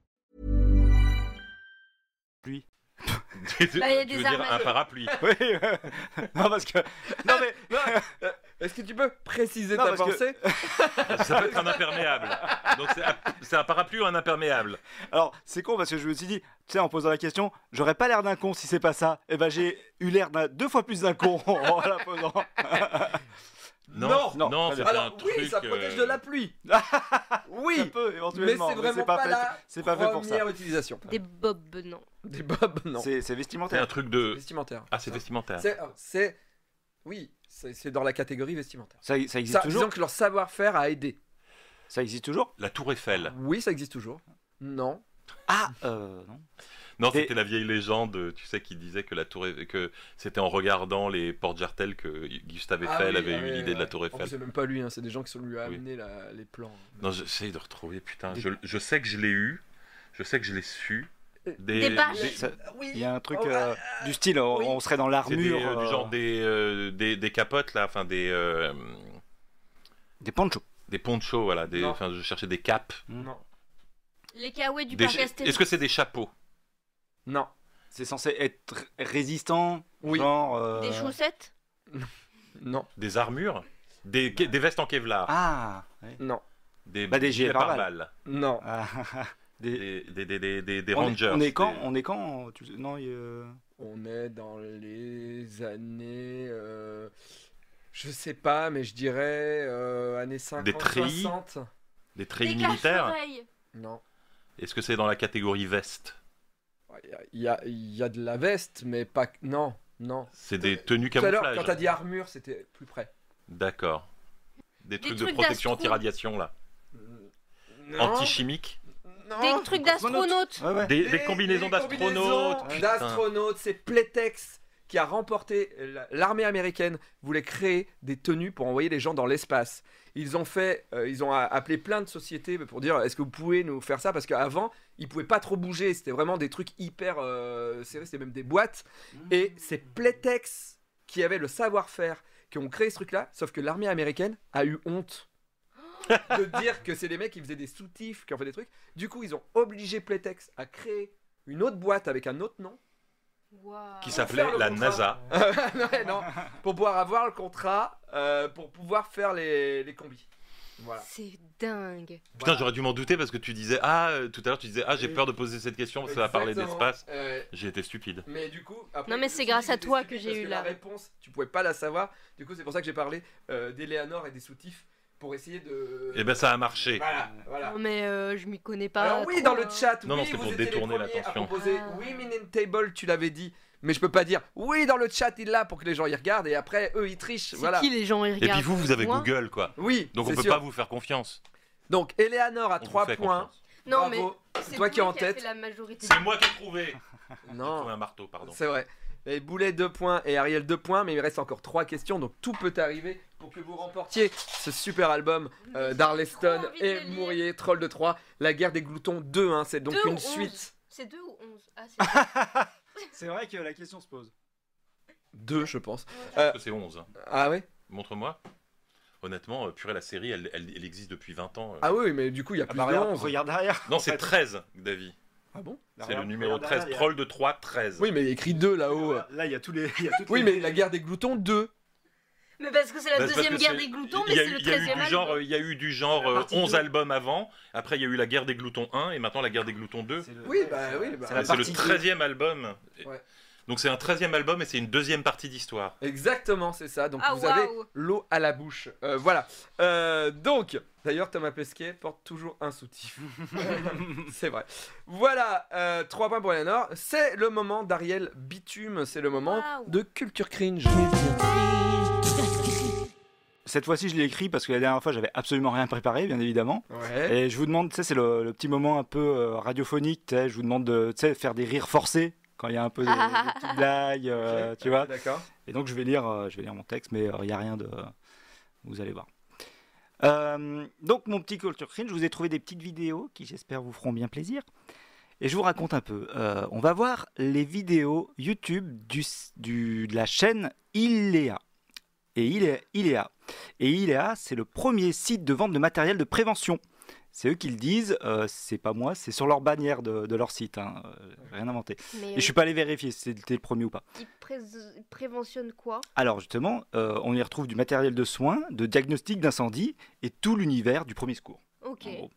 Speaker 4: pluie
Speaker 2: tu
Speaker 3: Bah, il y a
Speaker 2: veux
Speaker 3: des
Speaker 2: dire
Speaker 3: armatures.
Speaker 2: un parapluie
Speaker 4: Oui. euh, non parce que non mais
Speaker 1: Non, euh, Est-ce que tu peux préciser
Speaker 4: Non,
Speaker 1: ta
Speaker 4: parce que-
Speaker 1: pensée
Speaker 2: Ça peut être un imperméable. Donc c'est un- c'est un parapluie ou un imperméable
Speaker 4: Alors, c'est con parce que je me suis dit, tu sais, en posant la question, j'aurais pas l'air d'un con si c'est pas ça. Et ben, j'ai eu l'air d'un deux fois plus d'un con en la posant.
Speaker 2: Non,
Speaker 4: Non,
Speaker 2: non,
Speaker 4: très
Speaker 2: c'est
Speaker 4: bien.
Speaker 2: un
Speaker 1: Alors
Speaker 2: truc.
Speaker 1: oui, ça protège
Speaker 2: euh,
Speaker 1: de la pluie.
Speaker 4: Ça
Speaker 1: oui,
Speaker 4: peut
Speaker 1: mais
Speaker 4: éventuellement,
Speaker 1: c'est vraiment
Speaker 4: pas,
Speaker 1: pas,
Speaker 4: fait.
Speaker 1: la
Speaker 4: C'est pas fait pour ça.
Speaker 1: première utilisation.
Speaker 3: Des bobs, non.
Speaker 1: Des bobs, non.
Speaker 4: C'est c'est
Speaker 2: C'est
Speaker 4: vestimentaire.
Speaker 2: un truc de.
Speaker 1: Vestimentaire.
Speaker 2: Ah, c'est vestimentaire.
Speaker 1: C'est, euh, c'est- oui, c'est, c'est dans la catégorie vestimentaire.
Speaker 4: Ça, ça existe
Speaker 1: Ça,
Speaker 4: toujours
Speaker 1: disons que leur savoir-faire a aidé.
Speaker 4: Ça existe toujours
Speaker 2: La Tour Eiffel.
Speaker 1: Oui, ça existe toujours. Non.
Speaker 4: Ah euh, non.
Speaker 2: Non,
Speaker 4: Et-
Speaker 2: c'était la vieille légende, tu sais, qui disait que la Tour Eiffel- que c'était en regardant les portes jartelles que Gustave
Speaker 1: Ah
Speaker 2: Eiffel
Speaker 1: oui,
Speaker 2: avait
Speaker 1: ah
Speaker 2: eu
Speaker 1: oui,
Speaker 2: l'idée de la
Speaker 1: ouais.
Speaker 2: Tour
Speaker 1: En plus,
Speaker 2: Eiffel.
Speaker 1: c'est même pas lui, hein, c'est des gens qui sont lui a
Speaker 2: Oui.
Speaker 1: amené la- les plans.
Speaker 2: Non, j'essaye de retrouver, putain.
Speaker 1: Des-
Speaker 2: Je, je sais que je l'ai eu. Je sais que je l'ai su.
Speaker 1: Euh,
Speaker 3: Des bâches.
Speaker 4: Ça-
Speaker 1: Oui.
Speaker 4: Il y a un truc
Speaker 1: Oh,
Speaker 4: euh, du style, on,
Speaker 1: oui.
Speaker 4: on serait dans
Speaker 2: C'est des,
Speaker 4: l'armure.
Speaker 2: euh, du
Speaker 4: euh,
Speaker 2: genre des, euh, des, des capotes, là, enfin des. euh,
Speaker 4: des ponchos.
Speaker 2: des ponchos, voilà. Des,
Speaker 1: Non.
Speaker 2: enfin, je cherchais des capes.
Speaker 3: Les kawaii du
Speaker 2: Des
Speaker 3: parc
Speaker 2: cha- Est-ce que c'est des chapeaux
Speaker 1: Non.
Speaker 4: C'est censé être résistant,
Speaker 1: Oui.
Speaker 4: genre. euh,
Speaker 3: Des chaussettes
Speaker 1: Non.
Speaker 2: Des armures des, ke- des vestes en kevlar
Speaker 4: Ah. ouais.
Speaker 1: Non.
Speaker 2: Des,
Speaker 4: Bah, des gilets
Speaker 2: pare-balles.
Speaker 4: pare-balles.
Speaker 1: Non.
Speaker 4: Ah, des,
Speaker 2: Des, des, des, des, des- des
Speaker 4: on est-
Speaker 2: rangers.
Speaker 4: On est quand
Speaker 2: des-
Speaker 4: On est quand tu sais- Non. il y a-
Speaker 1: On est dans les années. euh, je sais pas, mais je dirais euh, années 50,
Speaker 2: Des treillis
Speaker 1: 60.
Speaker 2: Des
Speaker 3: Des
Speaker 2: treillis militaires
Speaker 3: caches-oreilles
Speaker 1: Non.
Speaker 2: Est-ce que c'est dans la catégorie veste
Speaker 1: Il y a, il y a de la veste, mais pas. que- Non, non.
Speaker 2: C'est
Speaker 1: Tout-
Speaker 2: des tenues
Speaker 1: Tout à l'heure,
Speaker 2: camouflage
Speaker 1: quand t'as dit armure, c'était plus près.
Speaker 2: D'accord. Des
Speaker 3: Des
Speaker 2: trucs de
Speaker 3: trucs
Speaker 2: protection
Speaker 3: d'astro.
Speaker 2: anti-radiation, là. Anti-chimique
Speaker 3: Des trucs d'astronautes
Speaker 4: Ouais, ouais.
Speaker 2: des, des combinaisons d'astronautes putain.
Speaker 1: D'astronautes, c'est Playtex qui a remporté la- l'armée américaine voulait créer des tenues pour envoyer les gens dans l'espace. Ils ont fait, euh, ils ont a- appelé plein de sociétés pour dire est-ce que vous pouvez nous faire ça parce qu'avant ils pouvaient pas trop bouger, c'était vraiment des trucs hyper euh, serrés, c'était même des boîtes. Et c'est Playtex qui avait le savoir-faire qui ont créé ce truc-là, sauf que l'armée américaine a eu honte de dire que c'est des mecs qui faisaient des soutifs, qui ont fait des trucs. Du coup, ils ont obligé Playtex à créer une autre boîte avec un autre nom.
Speaker 3: Waouh.
Speaker 2: qui
Speaker 1: Faire
Speaker 2: s'appelait
Speaker 1: le
Speaker 2: la
Speaker 1: contrat.
Speaker 2: NASA.
Speaker 1: Ouais, non, pour pouvoir avoir le contrat, euh, pour pouvoir faire les, les combis. Voilà.
Speaker 3: C'est dingue.
Speaker 2: Putain, j'aurais dû m'en douter parce que tu disais ah euh, tout à l'heure tu disais ah j'ai
Speaker 1: Oui.
Speaker 2: peur de poser cette question parce que ça va parler
Speaker 1: Exactement.
Speaker 2: d'espace.
Speaker 1: Euh,
Speaker 2: J'ai été stupide.
Speaker 1: mais du coup, après,
Speaker 3: Non, mais
Speaker 1: je me
Speaker 3: c'est
Speaker 1: suis
Speaker 3: grâce
Speaker 1: dit,
Speaker 3: à
Speaker 1: j'étais
Speaker 3: toi
Speaker 1: stupide
Speaker 3: que j'ai
Speaker 1: parce
Speaker 3: eu
Speaker 1: la
Speaker 3: la-
Speaker 1: réponse. Tu pouvais pas la savoir. Du coup, c'est pour ça que j'ai parlé euh, d'Eleanor et des soutifs pour essayer de.
Speaker 2: Et ben ça a marché.
Speaker 1: Voilà, voilà.
Speaker 3: Non, mais euh, je m'y connais pas.
Speaker 1: Ah. Alors oui, dans
Speaker 3: trop,
Speaker 1: le
Speaker 3: hein.
Speaker 1: chat,
Speaker 2: Non,
Speaker 1: oui,
Speaker 2: non, c'est
Speaker 1: vous
Speaker 2: pour
Speaker 1: étiez les
Speaker 2: détourner
Speaker 1: premiers à
Speaker 2: l'attention.
Speaker 1: proposer
Speaker 3: Ah.
Speaker 1: Women in Table, tu l'avais dit. Mais je peux pas dire oui dans le chat il l'a pour que les gens y regardent et après eux ils trichent.
Speaker 3: C'est
Speaker 1: Voilà.
Speaker 3: qui les gens ils
Speaker 2: Et
Speaker 3: regardent
Speaker 2: puis vous vous avez
Speaker 3: Moi
Speaker 2: Google quoi.
Speaker 1: Oui.
Speaker 2: Donc on
Speaker 1: c'est
Speaker 2: peut
Speaker 1: sûr.
Speaker 2: pas vous faire confiance.
Speaker 1: Donc Eleanor a
Speaker 2: On vous
Speaker 1: 3
Speaker 2: fait
Speaker 1: points.
Speaker 2: confiance.
Speaker 3: Non, mais
Speaker 1: Bravo.
Speaker 3: c'est
Speaker 1: toi qui es en
Speaker 3: a
Speaker 1: tête.
Speaker 3: fait la majorité.
Speaker 2: C'est moi qui ai trouvé. J'ai
Speaker 1: Non.
Speaker 2: trouvé un marteau pardon.
Speaker 1: C'est vrai. Et Boulet 2 points et Ariel 2 points, mais il reste encore 3 questions, donc tout peut arriver pour que vous remportiez ce super album euh,
Speaker 3: Mais
Speaker 1: d'Arleston
Speaker 3: j'ai trop envie de le
Speaker 1: et
Speaker 3: lire.
Speaker 1: Mourier, Troll de 3, La guerre des gloutons 2, hein, c'est donc
Speaker 3: Deux ou
Speaker 1: une
Speaker 3: onze
Speaker 1: suite.
Speaker 3: C'est 2 ou 11 Ah, c'est
Speaker 4: C'est vrai que la question se pose.
Speaker 1: 2, je pense.
Speaker 2: Parce que C'est 11.
Speaker 1: Ah oui
Speaker 2: Montre-moi. Honnêtement, euh, purée la série elle, elle- elle existe depuis 20 ans. euh.
Speaker 1: Ah oui, mais du coup, il y a
Speaker 4: Ah,
Speaker 1: plus
Speaker 4: bah,
Speaker 1: de
Speaker 4: regarde,
Speaker 1: 11.
Speaker 4: regarde derrière.
Speaker 2: non,
Speaker 4: en
Speaker 2: c'est
Speaker 4: fait.
Speaker 2: 13 David.
Speaker 1: Ah bon
Speaker 2: C'est le
Speaker 4: Regarde-
Speaker 2: numéro
Speaker 4: regarde derrière,
Speaker 2: 13
Speaker 4: il y a-
Speaker 2: troll de 3 13.
Speaker 1: Oui, mais il y a écrit 2 là-haut.
Speaker 4: Là, il y a tous les. il y a toutes
Speaker 1: Oui,
Speaker 4: les-
Speaker 1: mais La guerre des gloutons 2.
Speaker 3: Mais parce que c'est la
Speaker 2: Bah, c'est parce
Speaker 3: deuxième
Speaker 2: que
Speaker 3: guerre
Speaker 2: c'est-
Speaker 3: des gloutons,
Speaker 2: il
Speaker 3: mais
Speaker 2: y a
Speaker 3: c'est
Speaker 2: eu-
Speaker 3: le
Speaker 2: il y a eu
Speaker 3: 13
Speaker 2: du
Speaker 3: e
Speaker 2: genre, euh, Il y a eu du genre euh, 11 albums avant. Après, il y a eu la guerre des gloutons 1 et maintenant la guerre des gloutons 2.
Speaker 4: C'est le-
Speaker 1: Oui, bah oui, bah.
Speaker 4: C'est la
Speaker 2: C'est le
Speaker 4: partie
Speaker 2: 13e album.
Speaker 1: Ouais.
Speaker 2: Donc c'est un 13e album et c'est une deuxième partie d'histoire.
Speaker 1: Exactement, c'est ça. Donc
Speaker 3: Ah,
Speaker 1: vous avez
Speaker 3: waouh.
Speaker 1: l'eau à la bouche. Euh, voilà. Euh, donc, d'ailleurs, Thomas Pesquet porte toujours un soutif. c'est vrai. Voilà, euh, trois points pour Eleanor. C'est le moment d'Ariel Bitume. C'est le moment
Speaker 3: Waouh.
Speaker 1: de Culture Cringe.
Speaker 4: Cette fois-ci, je l'ai écrit parce que la dernière fois, j'avais absolument rien préparé, bien évidemment.
Speaker 1: Ouais.
Speaker 4: Et je vous demande, tu sais, c'est le, le petit moment un peu euh, radiophonique, tu sais, je vous demande de tu sais, faire des rires forcés quand il y a un peu des, des petites blagues, euh, tu vois.
Speaker 1: D'accord.
Speaker 4: Et donc, je vais lire, euh, je vais lire mon texte, mais euh, il n'y a rien de. Vous allez voir. Euh, donc, mon petit culture cringe, je vous ai trouvé des petites vidéos qui, j'espère, vous feront bien plaisir. Et je vous raconte un peu. Euh, on va voir les vidéos YouTube du, du- de la chaîne Ilea. Et Ilea, Ilea. Et Ilea, c'est le premier site de vente de matériel de prévention. C'est eux qui le disent, euh, c'est pas moi, c'est sur leur bannière de, de leur site, hein, euh, rien inventé.
Speaker 3: Mais
Speaker 4: Et je suis pas allé vérifier si c'était le premier ou pas.
Speaker 3: euh, ils pré- ils préventionnent quoi
Speaker 4: Alors justement, euh, on y retrouve du matériel de soins, de diagnostic d'incendie et tout l'univers du premier secours.
Speaker 3: Ok.
Speaker 4: en gros.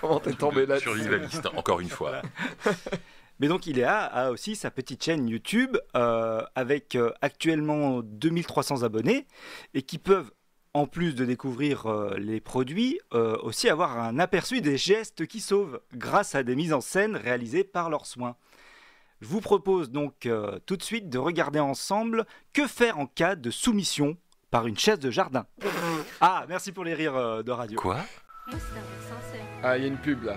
Speaker 1: Comment t'es tombé là
Speaker 2: Survivaliste, encore une fois.
Speaker 4: Mais donc il a, a aussi sa petite chaîne YouTube euh, avec euh, actuellement 2300 abonnés et qui peuvent, en plus de découvrir euh, les produits, euh, aussi avoir un aperçu des gestes qui sauvent grâce à des mises en scène réalisées par leurs soins. Je vous propose donc euh, tout de suite de regarder ensemble que faire en cas de soumission par une chaise de jardin. Ah, merci pour les rires euh, de radio.
Speaker 2: Quoi
Speaker 3: Moi, c'est un rire sincère.
Speaker 1: Ah, il y a une pub là.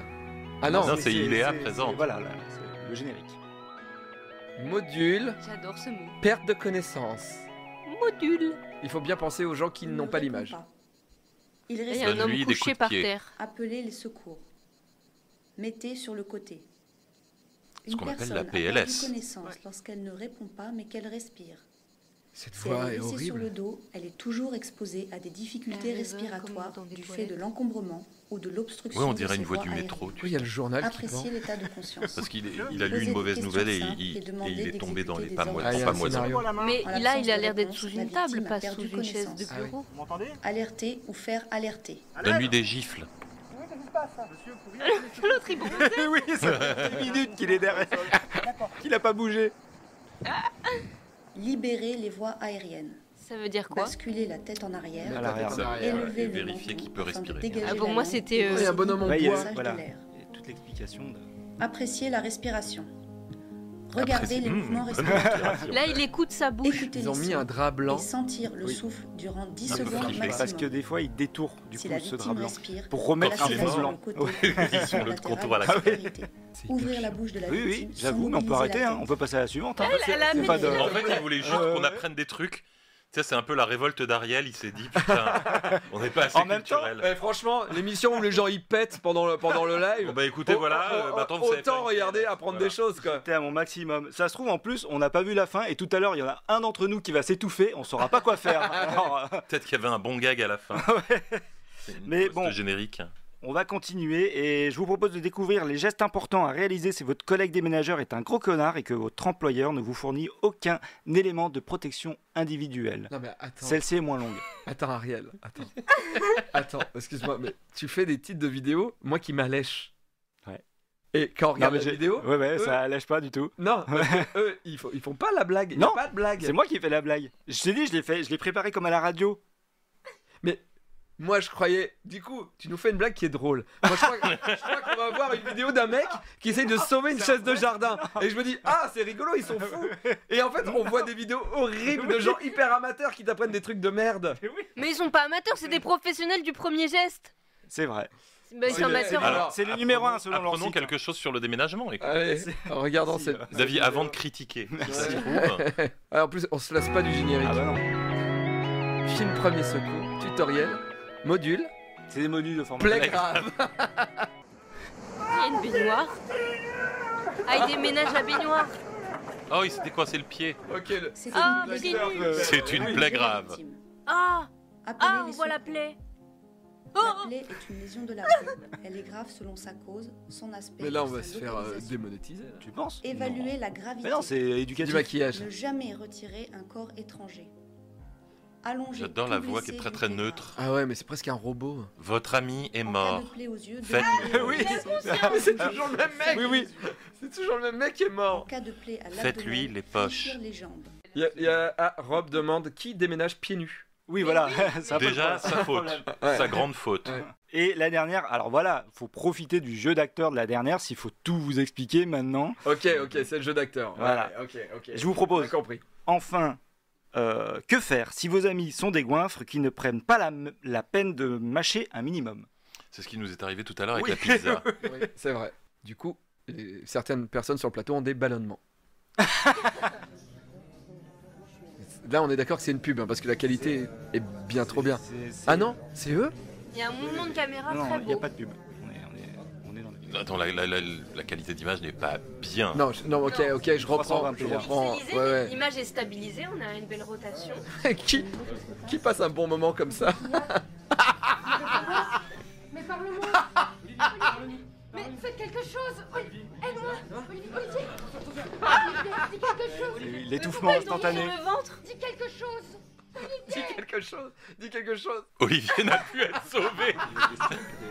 Speaker 1: Ah non,
Speaker 2: Non, c'est Iléa présente.
Speaker 4: Voilà, là, c'est le générique.
Speaker 1: module,
Speaker 3: J'adore ce mot.
Speaker 1: perte de connaissance.
Speaker 3: Module.
Speaker 1: Il faut bien penser aux gens qui n'ont pas l'image.
Speaker 8: Il
Speaker 3: Là, il y
Speaker 8: risque
Speaker 3: a un
Speaker 2: Donne-lui
Speaker 3: homme
Speaker 2: des coups
Speaker 3: couché
Speaker 2: de
Speaker 3: par
Speaker 2: pied.
Speaker 3: terre.
Speaker 8: d'appeler les secours. Mettez sur le côté.
Speaker 2: Ce qu'on appelle la
Speaker 8: personne a perdu
Speaker 2: PLS.
Speaker 8: connaissance lorsqu'elle ne répond pas mais qu'elle respire.
Speaker 1: Cette
Speaker 8: Si elle
Speaker 1: voix
Speaker 8: est
Speaker 1: est
Speaker 8: laissée sur le
Speaker 1: horrible.
Speaker 8: dos, elle est toujours exposée à des difficultés
Speaker 3: Elle résonne
Speaker 8: respiratoires
Speaker 3: comme dans des
Speaker 8: du fait
Speaker 3: toilettes.
Speaker 8: de l'encombrement ou de l'obstruction.
Speaker 2: Ouais, on
Speaker 8: de
Speaker 2: dirait
Speaker 8: ses
Speaker 2: une voix
Speaker 8: voies
Speaker 2: du métro.
Speaker 8: aériennes.
Speaker 2: tu
Speaker 1: Oui, il y a le journal qui
Speaker 8: Appréciez l'état de conscience.
Speaker 2: Parce qu'il est- il a lu une mauvaise nouvelle et il, et il est tombé dans les
Speaker 1: Ah, il y a un
Speaker 2: pamoisons.
Speaker 1: scénario.
Speaker 3: Mais
Speaker 8: En
Speaker 3: là,
Speaker 8: l'absence
Speaker 3: il a
Speaker 8: de
Speaker 3: l'air d'être
Speaker 8: réponse,
Speaker 3: sous
Speaker 8: la
Speaker 3: une table,
Speaker 8: victime a
Speaker 3: pas
Speaker 8: perdu
Speaker 3: sous une chaise de
Speaker 8: connaissance.
Speaker 1: Ah oui.
Speaker 3: bureau.
Speaker 4: Vous m'entendez
Speaker 8: Alerter ou faire alerter.
Speaker 2: Donne-lui des gifles.
Speaker 3: L'autre, il bronze.
Speaker 4: oui, ça fait une minute qu'il est derrière. qu'il n'a pas bougé.
Speaker 8: Libérer les voies aériennes.
Speaker 3: Ça veut dire quoi
Speaker 8: Basculer la tête en arrière.
Speaker 4: À l'arrière.
Speaker 1: Ça, ouais.
Speaker 8: Élever
Speaker 2: Et
Speaker 8: le
Speaker 2: vérifier
Speaker 8: menton
Speaker 2: qu'il peut
Speaker 8: afin de
Speaker 2: respirer.
Speaker 8: dégager
Speaker 3: Ah,
Speaker 8: la
Speaker 3: pour moi,
Speaker 8: langue
Speaker 3: c'était,
Speaker 8: et
Speaker 3: euh,
Speaker 8: le
Speaker 1: Oui, un bonhomme en
Speaker 8: passage
Speaker 4: Ouais,
Speaker 8: de
Speaker 1: bois.
Speaker 8: l'air.
Speaker 4: voilà. Et toute l'explication. De...
Speaker 8: Apprécier la respiration. Regardez
Speaker 2: Apprécier-
Speaker 8: les
Speaker 2: Mmh,
Speaker 8: mouvements
Speaker 2: bonne
Speaker 8: respiratoires.
Speaker 3: Là, il écoute sa bouche.
Speaker 8: Écoutez
Speaker 1: Ils ont
Speaker 8: les
Speaker 1: mis un
Speaker 8: sons
Speaker 1: drap
Speaker 8: et
Speaker 1: blanc.
Speaker 8: sentir le
Speaker 1: Oui.
Speaker 8: souffle durant 10
Speaker 2: Un peu
Speaker 8: secondes
Speaker 2: fripé.
Speaker 8: maximum.
Speaker 4: Parce que des fois, il détourne du
Speaker 8: si
Speaker 4: coup
Speaker 8: la
Speaker 4: ce
Speaker 8: victime
Speaker 4: drap blanc.
Speaker 8: respire,
Speaker 4: Pour remettre
Speaker 2: Quand
Speaker 4: un
Speaker 2: il est
Speaker 8: placez-la
Speaker 4: fond
Speaker 8: sur
Speaker 2: mort.
Speaker 4: blanc.
Speaker 8: le côté
Speaker 4: Oui,
Speaker 2: Ils sont le
Speaker 8: latéral
Speaker 2: contour à la
Speaker 8: pour
Speaker 2: cave.
Speaker 8: sécurité.
Speaker 1: C'est
Speaker 8: Ouvrir
Speaker 1: hyper
Speaker 8: la
Speaker 1: chiant.
Speaker 8: bouche de la
Speaker 4: Ah oui, oui,
Speaker 8: victime sans
Speaker 4: j'avoue, mais on peut
Speaker 8: mobiliser
Speaker 4: arrêter,
Speaker 8: la
Speaker 4: hein,
Speaker 8: tête.
Speaker 4: on peut passer à la suivante. hein.
Speaker 3: Elle, elle a
Speaker 4: C'est
Speaker 3: mis.
Speaker 4: pas de-
Speaker 2: En fait, il voulait juste
Speaker 4: Ouais,
Speaker 2: qu'on
Speaker 4: ouais.
Speaker 2: apprenne des trucs. Tu sais, c'est un peu la révolte d'Ariel. Il s'est dit, putain, on n'est pas assez
Speaker 4: En même temps,
Speaker 2: culturel.
Speaker 1: Eh, franchement, l'émission où les gens ils pètent pendant le, pendant le live.
Speaker 2: Bon, bah écoutez,
Speaker 1: Oh,
Speaker 2: voilà.
Speaker 1: oh,
Speaker 2: euh,
Speaker 1: oh,
Speaker 2: maintenant, vous savez
Speaker 1: autant
Speaker 2: pas- euh,
Speaker 1: regarder, apprendre
Speaker 2: Voilà.
Speaker 1: des choses quoi.
Speaker 4: C'était à mon maximum. Ça se trouve, en plus, on n'a pas vu la fin et tout à l'heure, il y en a un d'entre nous qui va s'étouffer, on saura pas quoi faire. Alors, euh,
Speaker 2: Peut-être qu'il y avait un bon gag à la fin. C'est une
Speaker 4: Mais
Speaker 2: poste
Speaker 4: bon.
Speaker 2: générique.
Speaker 4: on va continuer et je vous propose de découvrir les gestes importants à réaliser si votre collègue déménageur est un gros connard et que votre employeur ne vous fournit aucun élément de protection individuelle.
Speaker 1: Non mais attends,
Speaker 4: Celle-ci est moins longue.
Speaker 1: attends Ariel, attends. attends, excuse-moi, mais tu fais des titres de vidéos, moi qui m'allèche.
Speaker 4: Ouais.
Speaker 1: Et quand on
Speaker 4: Non,
Speaker 1: regarde
Speaker 4: mais
Speaker 1: la
Speaker 4: j'ai-
Speaker 1: vidéo,
Speaker 4: Ouais, ouais,
Speaker 1: eux-
Speaker 4: ça allège pas du tout.
Speaker 1: non, parce que eux, ils font, ils font pas la blague, il y a
Speaker 4: Non,
Speaker 1: pas de blague.
Speaker 4: C'est moi qui ai fait la blague. Je t'ai dit, je l'ai fait, je l'ai préparé comme à la radio.
Speaker 1: Moi, je croyais. Du coup, tu nous fais une blague qui est drôle. Moi, je crois, je crois qu'on va voir une vidéo d'un mec qui essaye de sauver une chaise de jardin. Et je me dis, ah, c'est rigolo, ils sont fous. Et en fait, on voit des vidéos horribles de gens hyper amateurs qui t'apprennent des trucs de merde.
Speaker 3: Mais ils sont pas amateurs, c'est des professionnels du premier geste.
Speaker 4: C'est vrai.
Speaker 3: Bah,
Speaker 1: C'est
Speaker 3: c'est amateur.
Speaker 1: Alors,
Speaker 4: Alors, c'est le numéro 1 selon leur
Speaker 2: Apprenons
Speaker 4: site.
Speaker 2: quelque chose sur le déménagement. écoute.
Speaker 1: Allez, en regardant
Speaker 4: Si, euh,
Speaker 1: cette.
Speaker 4: ouais.
Speaker 2: David, avant de critiquer, il se trouve,
Speaker 1: Ah, en plus, on se lasse pas du générique.
Speaker 4: Ah bah non.
Speaker 1: Film premier secours, tutoriel, module,
Speaker 4: C'est des modules de formation.
Speaker 1: plaie grave.
Speaker 3: Il y a une baignoire. Ah, il déménage la baignoire.
Speaker 2: oh, il s'est décoincé le pied.
Speaker 1: ok, le-
Speaker 8: C'était
Speaker 3: Ah,
Speaker 8: une
Speaker 3: mais
Speaker 8: blague.
Speaker 3: c'est nul.
Speaker 2: Euh, C'est une
Speaker 8: Appelez
Speaker 2: plaie
Speaker 8: les
Speaker 2: grave.
Speaker 8: victimes.
Speaker 3: Ah,
Speaker 4: hein.
Speaker 8: Appelez
Speaker 3: ah,
Speaker 8: les
Speaker 3: on voit la
Speaker 8: secours.
Speaker 3: plaie.
Speaker 8: La
Speaker 3: Oh,
Speaker 8: plaie est une lésion de la peau. Elle est grave selon sa cause, son aspect.
Speaker 1: Mais là, on
Speaker 8: sa
Speaker 1: va se faire euh,
Speaker 8: localisation.
Speaker 1: démonétiser. là.
Speaker 4: Tu penses
Speaker 8: Évaluer
Speaker 4: Non.
Speaker 8: la gravité.
Speaker 4: Mais non, c'est
Speaker 1: Du
Speaker 4: éducatif.
Speaker 1: maquillage.
Speaker 8: Ne jamais retirer un corps étranger. Allonger.
Speaker 2: J'adore
Speaker 8: tout
Speaker 2: la voix qui est
Speaker 8: blessé
Speaker 2: très
Speaker 8: du
Speaker 2: très
Speaker 8: départ.
Speaker 2: neutre.
Speaker 1: Ah ouais, mais c'est presque un robot.
Speaker 2: Votre ami est
Speaker 8: En cas de
Speaker 2: mort.
Speaker 8: plaie aux yeux,
Speaker 2: Faites-
Speaker 8: demandez-
Speaker 4: Oui.
Speaker 1: Mais c'est toujours le même mec.
Speaker 4: Oui, oui.
Speaker 1: C'est toujours le même mec qui est mort.
Speaker 8: En cas de plaie à
Speaker 2: Faites-lui
Speaker 8: l'abdomen,
Speaker 2: les poches.
Speaker 8: fléchir les jambes.
Speaker 1: Y a, y a- ah, Rob demande qui déménage pieds nus
Speaker 4: Oui, voilà. ça pose
Speaker 2: Déjà,
Speaker 4: problème.
Speaker 2: sa faute.
Speaker 1: Ouais.
Speaker 2: Sa grande faute.
Speaker 1: Ouais.
Speaker 4: Et la dernière, alors voilà, faut profiter du jeu d'acteur de la dernière s'il faut tout vous expliquer maintenant.
Speaker 1: Ok, ok, c'est le jeu d'acteur. Ouais,
Speaker 4: Voilà.
Speaker 1: ok, ok.
Speaker 4: Je vous propose.
Speaker 1: J'ai compris.
Speaker 4: Enfin, euh, que faire si vos amis sont des goinfres qui ne prennent pas la, m- la peine de mâcher un minimum
Speaker 2: C'est ce qui nous est arrivé tout à l'heure avec
Speaker 1: Oui.
Speaker 2: la pizza.
Speaker 1: Oui, c'est vrai. Du coup, les- certaines personnes sur le plateau ont des ballonnements. Là, on est d'accord que c'est une pub, hein, parce que la qualité est bien trop bien.
Speaker 4: C'est- c'est- Ah,
Speaker 1: Ah non, c'est eux
Speaker 3: il y a un mouvement de caméra
Speaker 4: Non,
Speaker 3: très
Speaker 4: il n'y a
Speaker 3: beau.
Speaker 4: pas de pub. On est, on est- on est dans la pub.
Speaker 2: Attends, la, la- la- la qualité d'image n'est pas bien.
Speaker 1: non, je- non, ok,
Speaker 3: Non.
Speaker 1: ok, je reprends.
Speaker 4: 320,
Speaker 1: Je
Speaker 4: c'est
Speaker 1: reprends.
Speaker 3: Stylisé, mais
Speaker 1: Ouais,
Speaker 3: L'image est stabilisée, on a une belle rotation.
Speaker 1: ouais. qui, qui passe un bon moment comme ça
Speaker 3: Mais parle-moi
Speaker 4: L'étouffement instantané.
Speaker 3: ventre
Speaker 8: Dis quelque chose
Speaker 1: Dis quelque chose, dis quelque chose.
Speaker 2: Olivier n'a pu être sauvé.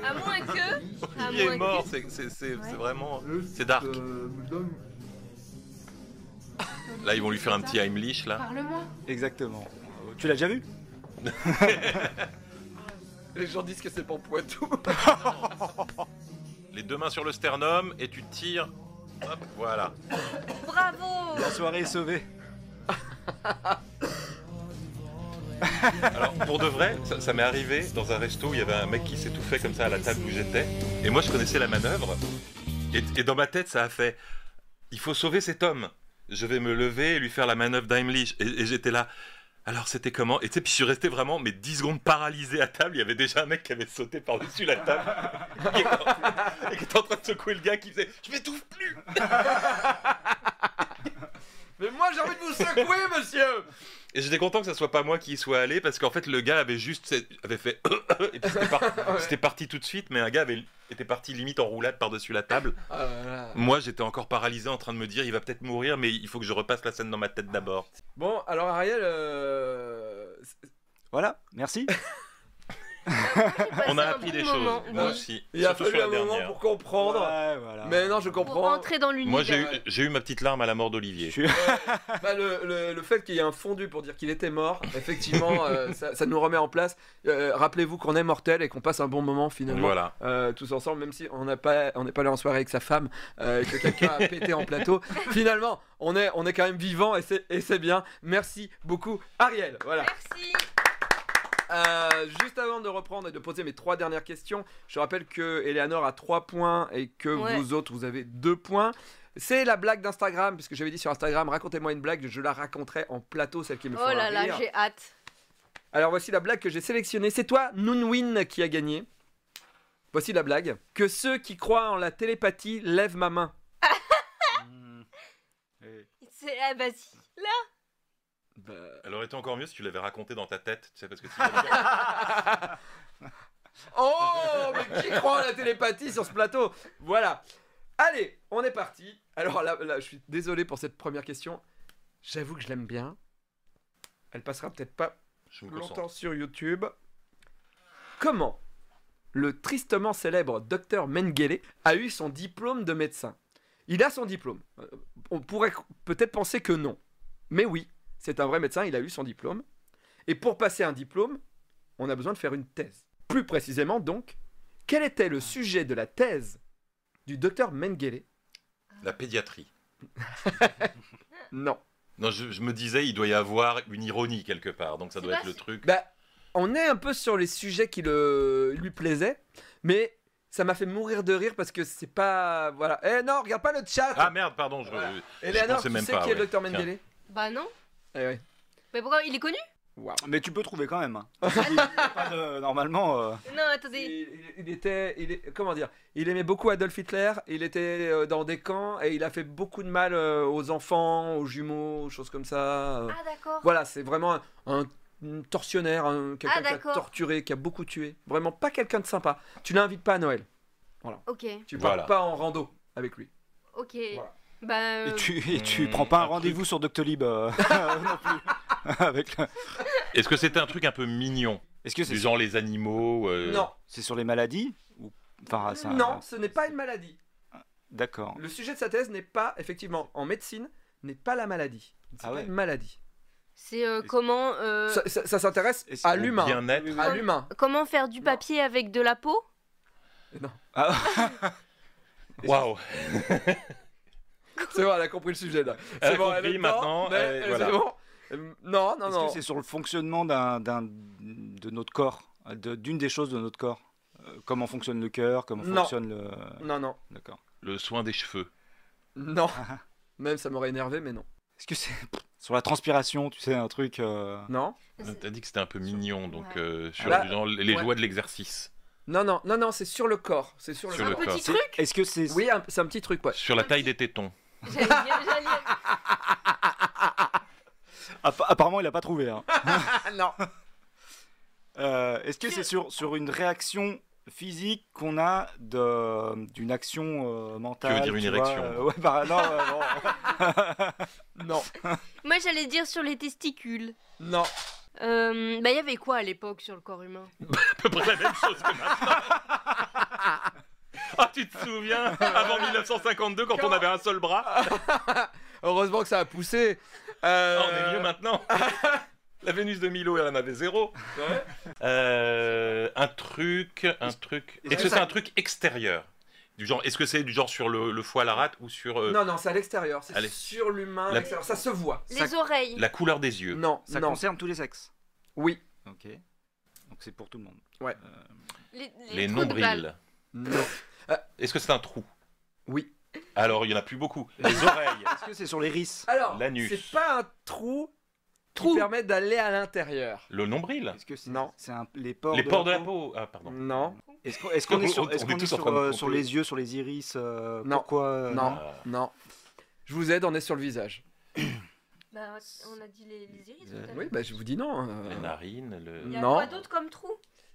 Speaker 3: À moins que. À
Speaker 2: Il est
Speaker 3: moins
Speaker 2: mort.
Speaker 3: que.
Speaker 2: C'est c'est- c'est- c'est vraiment. C'est dark. Là, ils vont lui faire un petit Heimlich, là.
Speaker 8: Parle-moi
Speaker 4: Exactement. Euh, Tu l'as déjà vu
Speaker 1: Les gens disent que c'est pour Poitou.
Speaker 2: Les deux mains sur le sternum et tu tires. Hop, voilà.
Speaker 3: Bravo
Speaker 4: La soirée est sauvée.
Speaker 2: Alors, pour de vrai, ça, ça m'est arrivé dans un resto où il y avait un mec qui s'étouffait comme ça à la table où j'étais. Et moi, je connaissais la manœuvre. Et, et dans ma tête, ça a fait il faut sauver cet homme. Je vais me lever et lui faire la manœuvre d'Heimlich. Et, et j'étais là. Alors, c'était comment Et tu sais, puis je suis resté vraiment, mais 10 secondes paralysé à table. Il y avait déjà un mec qui avait sauté par-dessus la table. qui était en- et qui était en train de secouer le gars qui faisait Je m'étouffe plus
Speaker 1: Mais moi j'ai envie de vous secouer, monsieur
Speaker 2: Et j'étais content que ça soit pas moi qui y soit allé parce qu'en fait le gars avait juste c'est- avait fait et puis c'était par- c'était parti tout de suite mais un gars avait était parti limite en roulade par-dessus la table.
Speaker 1: Ah là là.
Speaker 2: Moi j'étais encore paralysé en train de me dire il va peut-être mourir mais il faut que je repasse la scène dans ma
Speaker 3: Ah.
Speaker 2: tête d'abord.
Speaker 1: Bon, alors Ariel, euh...
Speaker 4: Voilà, merci.
Speaker 2: On a appris des choses. Moi
Speaker 3: choses.
Speaker 2: aussi.
Speaker 1: il a
Speaker 2: Surtout
Speaker 1: fallu
Speaker 2: sur
Speaker 1: un
Speaker 2: la
Speaker 1: moment
Speaker 2: dernière.
Speaker 1: pour comprendre.
Speaker 4: Ouais, voilà.
Speaker 1: Mais non, je
Speaker 3: Pour
Speaker 1: comprends.
Speaker 3: entrer dans l'univers.
Speaker 2: Moi j'ai eu j'ai eu ma petite larme à la mort
Speaker 4: Je
Speaker 2: d'Olivier.
Speaker 4: suis-
Speaker 1: Bah, le, le- le fait qu'il y ait un fondu pour dire qu'il était mort, effectivement, euh, ça, ça nous remet en place. Euh, Rappelez-vous qu'on est mortel et qu'on passe un bon moment finalement.
Speaker 2: Voilà.
Speaker 1: euh, tous ensemble, même si on n'a pas, on n'est pas allé en soirée avec sa femme, euh, et que quelqu'un a pété en plateau. Finalement, on est, on est quand même vivant et c'est, et c'est bien. Merci beaucoup, Ariel. Voilà.
Speaker 3: Merci
Speaker 1: Euh, juste avant de reprendre et de poser mes trois dernières questions, je rappelle que Eleanor a 3 points et que
Speaker 3: Ouais.
Speaker 1: vous autres, vous avez 2 points. C'est la blague d'Instagram, puisque j'avais dit sur Instagram, racontez-moi une blague, je la raconterai en plateau, celle qui me
Speaker 3: Oh
Speaker 1: fera
Speaker 3: là là,
Speaker 1: rire.
Speaker 3: j'ai hâte.
Speaker 1: Alors voici la blague que j'ai sélectionnée. C'est toi, Noonwin, qui a gagné. Voici la blague. Que ceux qui croient en la télépathie lèvent ma main.
Speaker 4: Hmm. Et-
Speaker 3: C'est ah, vas-y. Là
Speaker 2: Elle aurait été encore mieux si tu l'avais raconté dans ta tête, tu sais parce que si t'avais-
Speaker 1: Oh, mais qui croit en la télépathie sur ce plateau Voilà. Allez, on est parti. Alors là, là, je suis désolé pour cette première question. J'avoue que je l'aime bien. Elle passera peut-être pas
Speaker 2: je me
Speaker 1: longtemps
Speaker 2: concentre.
Speaker 1: sur YouTube. Comment le tristement célèbre docteur Mengele a eu son diplôme de médecin Il a son diplôme. Euh, On pourrait cr- peut-être penser que non. Mais oui, c'est un vrai médecin, il a eu son diplôme. Et pour passer un diplôme, on a besoin de faire une thèse. Plus précisément donc, quel était le sujet de la thèse du docteur Mengele
Speaker 2: La pédiatrie.
Speaker 1: Non.
Speaker 2: Non, je, je me disais, il doit y avoir une ironie quelque part, donc ça
Speaker 3: C'est
Speaker 2: doit
Speaker 3: pas
Speaker 2: être le
Speaker 3: si-
Speaker 2: truc.
Speaker 1: Bah, on est un peu sur les sujets qui le, lui plaisaient, mais ça m'a fait mourir de rire parce que c'est pas. Voilà. Eh non, regarde pas le chat
Speaker 2: Ah merde, pardon, je,
Speaker 1: Voilà.
Speaker 2: je- je
Speaker 1: Eleanor,
Speaker 2: pensais
Speaker 1: tu
Speaker 2: même
Speaker 1: sais
Speaker 2: pas.
Speaker 1: qui est
Speaker 2: ouais.
Speaker 1: le docteur
Speaker 2: Tiens.
Speaker 1: Mengele
Speaker 3: Bah non.
Speaker 1: Eh ouais.
Speaker 3: Mais pourquoi Il est connu
Speaker 4: Mais tu peux trouver quand même. hein. Pas de- Normalement, euh,
Speaker 3: Non, attendez.
Speaker 1: Il, il- il était, il est- comment dire, il aimait beaucoup Adolf Hitler. Il était euh, dans des camps et il a fait beaucoup de mal euh, aux enfants, aux jumeaux, aux choses comme ça. euh.
Speaker 3: Ah d'accord.
Speaker 1: Voilà, c'est vraiment un, un- un tortionnaire, un- quelqu'un
Speaker 3: Ah,
Speaker 1: qui a
Speaker 3: d'accord.
Speaker 1: torturé, qui a beaucoup tué. Vraiment pas quelqu'un de sympa. Tu l'invites pas à Noël.
Speaker 3: Ok,
Speaker 1: Tu pars
Speaker 2: Voilà.
Speaker 1: pas en rando avec lui.
Speaker 3: ok.
Speaker 1: Voilà.
Speaker 3: Bah. euh,
Speaker 4: et tu, et tu
Speaker 2: hmm,
Speaker 4: prends pas un
Speaker 2: un truc.
Speaker 4: rendez-vous sur Doctolib euh, non plus. Avec le-
Speaker 2: Est-ce que c'était un truc un peu mignon
Speaker 4: Est-ce que c'est
Speaker 2: Du genre les animaux euh,
Speaker 1: Non,
Speaker 4: c'est sur les maladies ou...
Speaker 2: Ah,
Speaker 4: enfin, ça-
Speaker 1: Euh, non, ce n'est pas une maladie.
Speaker 4: D'accord.
Speaker 1: Le sujet de sa thèse n'est pas, effectivement, en médecine, n'est pas la maladie. C'est
Speaker 4: Ah
Speaker 1: pas
Speaker 4: ouais.
Speaker 1: une maladie.
Speaker 3: C'est euh, comment. euh,
Speaker 1: Ça, ça- ça s'intéresse
Speaker 4: Est-ce
Speaker 1: à
Speaker 4: qu'on
Speaker 2: au
Speaker 1: l'humain.
Speaker 2: Bien-être.
Speaker 1: À l'humain.
Speaker 3: Comment faire du papier avec de la peau
Speaker 4: Ah,
Speaker 2: Waouh
Speaker 1: C'est bon, elle a compris le sujet là.
Speaker 2: Elle
Speaker 1: C'est
Speaker 2: a
Speaker 1: bon,
Speaker 2: compris,
Speaker 1: est dedans,
Speaker 2: maintenant,
Speaker 1: mais
Speaker 2: euh,
Speaker 1: c'est
Speaker 2: voilà.
Speaker 1: bon. Euh, Non, non,
Speaker 4: Est-ce
Speaker 1: non.
Speaker 4: que c'est sur le fonctionnement d'un, d'un- de notre corps, de- d'une des choses de notre corps Euh, Comment fonctionne le cœur Comment
Speaker 1: Non.
Speaker 4: fonctionne le
Speaker 1: Non, non,
Speaker 4: D'accord.
Speaker 2: Le soin des cheveux.
Speaker 1: non. Même ça m'aurait énervé, mais non.
Speaker 4: Est-ce que c'est sur la transpiration Tu sais un truc euh,
Speaker 1: Non,
Speaker 2: T'as dit que c'était un peu mignon, donc
Speaker 3: Ouais.
Speaker 2: euh, sur
Speaker 1: Bah,
Speaker 2: du genre les
Speaker 1: ouais.
Speaker 2: joies de l'exercice.
Speaker 1: non, non, non, non, c'est sur le corps. C'est sur le
Speaker 2: Sur
Speaker 3: Un
Speaker 2: le
Speaker 1: corps.
Speaker 3: petit
Speaker 2: corps.
Speaker 4: c'est-
Speaker 3: truc
Speaker 4: Est-ce que c'est
Speaker 1: Oui, un- c'est un petit truc, ouais.
Speaker 2: Sur la taille des tétons.
Speaker 3: J'allais dire- j'allais-
Speaker 4: App- Apparemment, il a pas trouvé. hein.
Speaker 1: Ah non.
Speaker 4: Euh, Est-ce que c'est sur, sur une réaction physique qu'on a de- d'une action euh, mentale
Speaker 2: dire une
Speaker 4: vois,
Speaker 2: érection.
Speaker 4: euh, ouais, bah, non, euh, bon.
Speaker 1: Non.
Speaker 3: Moi, j'allais dire sur les testicules.
Speaker 1: Non.
Speaker 3: Euh, bah, il y avait quoi à l'époque sur le corps humain
Speaker 2: à peu près la même chose que maintenant. Ah, tu te souviens Avant 1952, quand on avait un seul bras
Speaker 1: Heureusement que ça a poussé. Euh,
Speaker 2: Ah, On est vieux maintenant. La Vénus de Milo, elle en avait zéro.
Speaker 1: Ouais.
Speaker 2: Euh, un truc, un truc.
Speaker 1: est-ce que
Speaker 2: Est-ce que c'est
Speaker 1: ça-
Speaker 2: un truc extérieur Du genre, est-ce que c'est du genre sur le, le foie à la rate ou sur euh,
Speaker 1: Non, non, c'est à l'extérieur. C'est
Speaker 2: Allez.
Speaker 1: sur l'humain. à
Speaker 2: La-
Speaker 1: l'extérieur. Ça se voit.
Speaker 3: Les oreilles.
Speaker 2: la couleur des yeux
Speaker 1: Non,
Speaker 4: Ça
Speaker 1: non.
Speaker 4: concerne tous les sexes.
Speaker 1: Oui.
Speaker 4: Ok. Donc c'est pour tout le monde.
Speaker 1: Ouais.
Speaker 4: Euh,
Speaker 3: Les, les
Speaker 2: Les
Speaker 3: trous de balles.
Speaker 2: nombrils. Euh,
Speaker 1: Non.
Speaker 2: Est-ce que c'est un trou
Speaker 1: Oui.
Speaker 2: Alors, il y en a plus beaucoup. Les oreilles.
Speaker 4: Est-ce que c'est sur les risses
Speaker 1: Alors,
Speaker 2: L'anus.
Speaker 1: c'est pas un trou,
Speaker 3: Trou.
Speaker 1: qui permet d'aller à l'intérieur.
Speaker 2: Le nombril.
Speaker 4: Est-ce que c'est
Speaker 1: Non.
Speaker 4: c'est un- les pores
Speaker 2: Les
Speaker 4: de,
Speaker 2: pores de la peau. Ah, pardon.
Speaker 1: Non,
Speaker 4: Est-ce qu'on est-ce qu'on est,
Speaker 2: On-
Speaker 4: sur,
Speaker 2: on
Speaker 4: est-ce
Speaker 2: est
Speaker 4: qu'on
Speaker 2: tous
Speaker 4: est
Speaker 2: en
Speaker 4: sur,
Speaker 2: train de
Speaker 4: euh,
Speaker 2: compter.
Speaker 4: sur les yeux, sur les iris euh,
Speaker 1: Non.
Speaker 4: Pourquoi euh,
Speaker 1: non,
Speaker 2: euh,
Speaker 1: non. Je vous aide, on est sur le visage.
Speaker 3: Bah, on a dit les, les iris. tout à l'heure.
Speaker 1: Oui, bah je vous dis non. euh,
Speaker 2: Les narines. Le...
Speaker 3: Il y a
Speaker 1: Non.
Speaker 3: quoi d'autre comme trou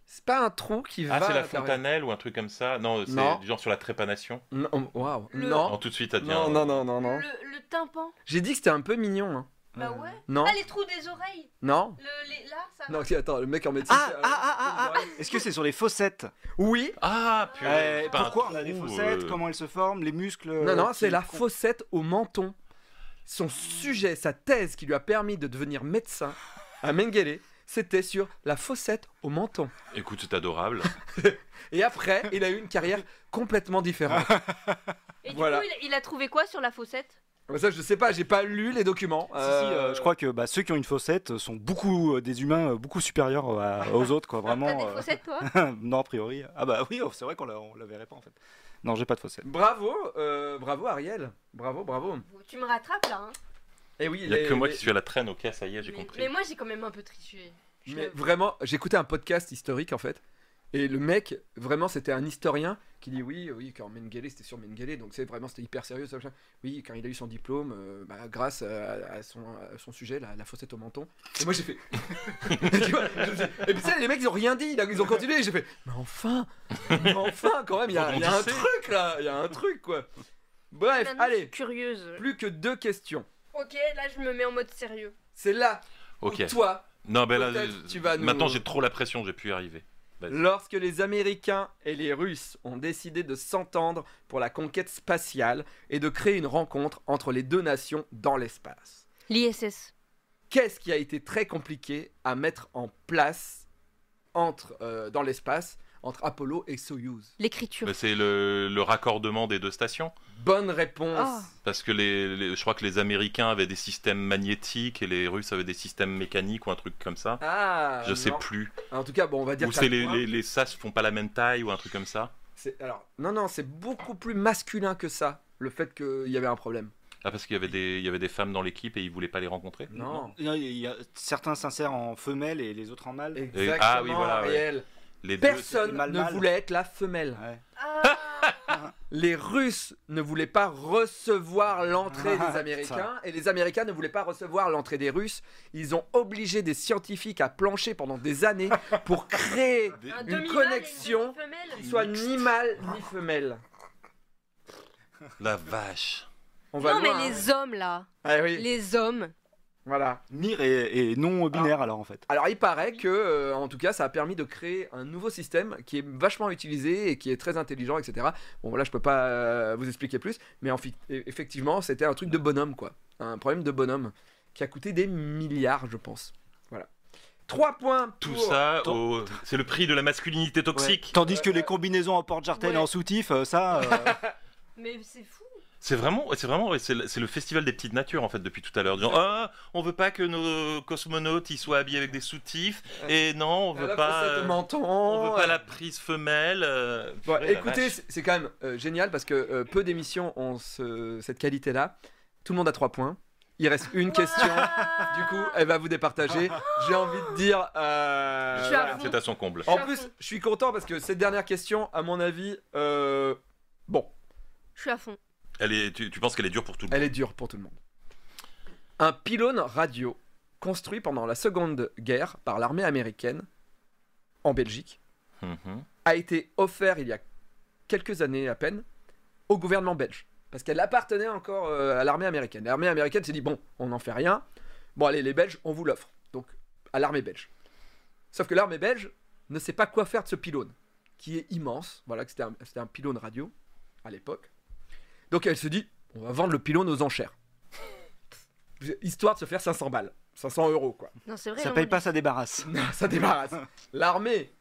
Speaker 1: C'est pas un trou qui va.
Speaker 2: Ah, c'est
Speaker 1: à
Speaker 2: la
Speaker 1: l'intérieur.
Speaker 2: fontanelle ou un truc comme ça Non,
Speaker 1: Non.
Speaker 2: c'est du genre sur la trépanation.
Speaker 1: Non, waouh.
Speaker 3: Le-
Speaker 2: Non,
Speaker 1: Non.
Speaker 2: tout de suite, ça devient.
Speaker 1: Non, non, non, non, non.
Speaker 3: le, le tympan.
Speaker 1: J'ai dit que c'était un peu mignon. hein.
Speaker 3: Bah
Speaker 4: euh,
Speaker 3: ouais.
Speaker 1: Non,
Speaker 3: Ah, les trous des oreilles.
Speaker 1: non.
Speaker 3: Le, les, là, ça.
Speaker 1: Non, attends, le mec en médecine.
Speaker 4: Ah,
Speaker 1: c'est-
Speaker 4: ah, ah, ah, ah, Est-ce que c'est sur les fossettes
Speaker 1: Oui.
Speaker 2: Ah, purée.
Speaker 4: Euh,
Speaker 2: c'est pas un
Speaker 4: Pourquoi on a des
Speaker 2: trou,
Speaker 4: fossettes
Speaker 2: euh,
Speaker 4: Comment elles se forment Les muscles euh,
Speaker 1: Non, non,
Speaker 4: qui-
Speaker 1: c'est la
Speaker 4: qu'on-
Speaker 1: fossette au menton. Son sujet, sa thèse qui lui a permis de devenir médecin à Mengele, c'était sur la fossette au menton.
Speaker 2: Écoute, c'est adorable.
Speaker 1: Et après, il a eu une carrière complètement différente.
Speaker 3: Et du
Speaker 1: Voilà.
Speaker 3: coup, il, il a trouvé quoi sur la fossette
Speaker 1: Mais Ça, je sais pas, j'ai pas lu les documents.
Speaker 4: Si, si, euh, je crois que bah, ceux qui ont une fossette sont beaucoup euh, des humains euh, beaucoup supérieurs euh, à- aux autres quoi
Speaker 3: T'as
Speaker 4: vraiment.
Speaker 3: des
Speaker 4: euh,
Speaker 3: fossettes, toi
Speaker 4: non a priori. Ah bah oui, oh, c'est vrai qu'on la, on la verrait pas en fait. Non, j'ai pas de fossette.
Speaker 1: Bravo, euh, bravo Ariel. Bravo, bravo.
Speaker 3: Tu me rattrapes là. Hein.
Speaker 1: Et oui,
Speaker 2: Il n'y a
Speaker 1: les-
Speaker 2: que moi
Speaker 1: les-
Speaker 2: qui suis à la traîne, ok, ça y est, j'ai
Speaker 3: mais,
Speaker 2: compris.
Speaker 3: mais moi, j'ai quand même un peu triché. Je
Speaker 1: Mais
Speaker 3: l'avoue.
Speaker 1: vraiment, j'écoutais un podcast historique en fait. Et le mec, vraiment, c'était un historien qui dit oui, oui, quand Mengele, c'était sur Mengele, donc c'est vraiment, c'était hyper sérieux, ça, machin. Oui, quand il a eu son diplôme, euh, bah, grâce à, à son, à son sujet, la, la fossette au menton. Et moi, j'ai fait. Tu vois, je me suis- et puis ça, les mecs, ils ont rien dit, ils ont- ils ont continué, et j'ai fait, mais enfin, mais enfin, quand même, il y a, il y a un
Speaker 2: Rebondissez.
Speaker 1: truc là, il y a un truc quoi. Bref,
Speaker 3: Maintenant, je suis
Speaker 1: allez,
Speaker 3: curieuse.
Speaker 1: plus que deux questions.
Speaker 3: Ok, là, je me mets en mode sérieux.
Speaker 1: C'est là
Speaker 2: Ok.
Speaker 1: où toi,
Speaker 2: Non, ben là,
Speaker 1: peut-être
Speaker 2: je-
Speaker 1: tu vas nous-
Speaker 2: maintenant j'ai trop la pression, j'ai pu y arriver.
Speaker 1: Lorsque les Américains et les Russes ont décidé de s'entendre pour la conquête spatiale et de créer une rencontre entre les deux nations dans l'espace,
Speaker 3: L'ISS.
Speaker 1: qu'est-ce qui a été très compliqué à mettre en place entre, euh, dans l'espace entre Apollo et Soyuz
Speaker 3: L'écriture.
Speaker 2: Ben, c'est le, le raccordement des deux stations.
Speaker 1: Bonne réponse.
Speaker 3: Ah.
Speaker 2: Parce que les, les- je crois que les Américains avaient des systèmes magnétiques et les Russes avaient des systèmes mécaniques ou un truc comme ça.
Speaker 1: Ah,
Speaker 2: je sais
Speaker 1: non.
Speaker 2: plus.
Speaker 1: En tout cas, bon, on va dire
Speaker 2: Ou
Speaker 1: que ça
Speaker 2: c'est les,
Speaker 1: coince.
Speaker 2: les, les sas font pas la même taille ou un truc comme ça.
Speaker 1: C'est- alors, non, non, c'est beaucoup plus masculin que ça, le fait qu'il y avait un problème.
Speaker 2: Ah, parce qu'il y, avait des- il y avait des femmes dans l'équipe et ils voulaient pas les rencontrer.
Speaker 1: Non.
Speaker 4: Il y a- il y a certains s'insèrent en femelle et les autres en mâle.
Speaker 1: Exactement,
Speaker 2: ah oui, voilà, ouais.
Speaker 1: Ariel.
Speaker 2: Les deux-
Speaker 1: Personne
Speaker 4: c'était mal,
Speaker 1: ne
Speaker 4: mal.
Speaker 1: voulait être la femelle.
Speaker 4: Ouais.
Speaker 3: Ah,
Speaker 1: les Russes ne voulaient pas recevoir l'entrée
Speaker 4: Ah,
Speaker 1: des Américains et les Américains ne voulaient pas recevoir l'entrée des Russes. Ils ont obligé des scientifiques à plancher pendant des années pour créer
Speaker 3: un
Speaker 1: une
Speaker 3: demi-mâle et
Speaker 1: connexion
Speaker 3: demi-femelle.
Speaker 1: qui soit ni mâle ni femelle.
Speaker 2: La vache.
Speaker 1: On va
Speaker 3: Non, mais
Speaker 1: loin, hein.
Speaker 3: les hommes là.
Speaker 1: Ah oui,
Speaker 3: Les hommes.
Speaker 1: voilà.
Speaker 4: Nir et, et non binaire alors en fait.
Speaker 1: Alors il paraît que, euh, en tout cas, ça a permis de créer un nouveau système qui est vachement utilisé et qui est très intelligent, etc. Bon, là, je peux pas euh, vous expliquer plus, mais en fi- e- effectivement, c'était un truc de bonhomme, quoi. Un problème de bonhomme qui a coûté des milliards, je pense. Voilà. Trois points
Speaker 2: Tout
Speaker 1: pour-
Speaker 2: ça,
Speaker 4: ton-
Speaker 2: au- c'est le prix de la masculinité toxique.
Speaker 4: Ouais. Tandis que les combinaisons en porte-jartel
Speaker 3: Ouais.
Speaker 4: et en soutif, euh, ça. euh,
Speaker 3: Mais c'est fou.
Speaker 2: C'est vraiment, c'est vraiment, ouais, c'est le c'est le festival des petites natures en fait depuis tout à l'heure. Genre, ah, on veut pas que nos cosmonautes ils soient habillés avec des soutifs et non, on
Speaker 1: Ah,
Speaker 2: veut
Speaker 1: la
Speaker 2: pas,
Speaker 1: facette
Speaker 2: euh,
Speaker 1: menton.
Speaker 2: on veut pas la prise femelle. euh,
Speaker 1: Bon,
Speaker 2: purée, la
Speaker 1: écoutez,
Speaker 2: vache.
Speaker 1: c'est c'est quand même euh, génial parce que euh, peu d'émissions ont ce- cette qualité-là. Tout le monde a trois points. Il reste une question.
Speaker 3: Ah.
Speaker 1: Du coup, elle va vous départager. J'ai envie de dire. euh,
Speaker 3: Je suis
Speaker 1: voilà.
Speaker 3: à fond.
Speaker 2: c'est à son comble.
Speaker 1: En plus, je suis content parce que cette dernière question, à mon avis, euh, bon,
Speaker 3: Je suis à fond.
Speaker 2: Elle est, tu, tu penses qu'elle est dure pour tout le monde
Speaker 1: elle est dure pour tout le monde. Un pylône radio construit pendant la Seconde Guerre par l'armée américaine en Belgique
Speaker 2: Mhm.
Speaker 1: a été offert il y a quelques années à peine au gouvernement belge parce qu'elle appartenait encore euh, à l'armée américaine. L'armée américaine s'est dit bon, on n'en fait rien, Bon, allez, les Belges, on vous l'offre. Donc, à l'armée belge. Sauf que l'armée belge ne sait pas quoi faire de ce pylône, qui est immense. Voilà, que c'était un, c'était un pylône radio à l'époque. Donc, elle se dit, on va vendre le pylône aux enchères. Histoire de se faire 500 balles. 500 euros, quoi.
Speaker 3: Non, c'est vrai. hein,
Speaker 4: Ça
Speaker 3: on
Speaker 4: paye
Speaker 3: dit-
Speaker 4: pas, ça débarrasse.
Speaker 1: ça débarrasse. L'armée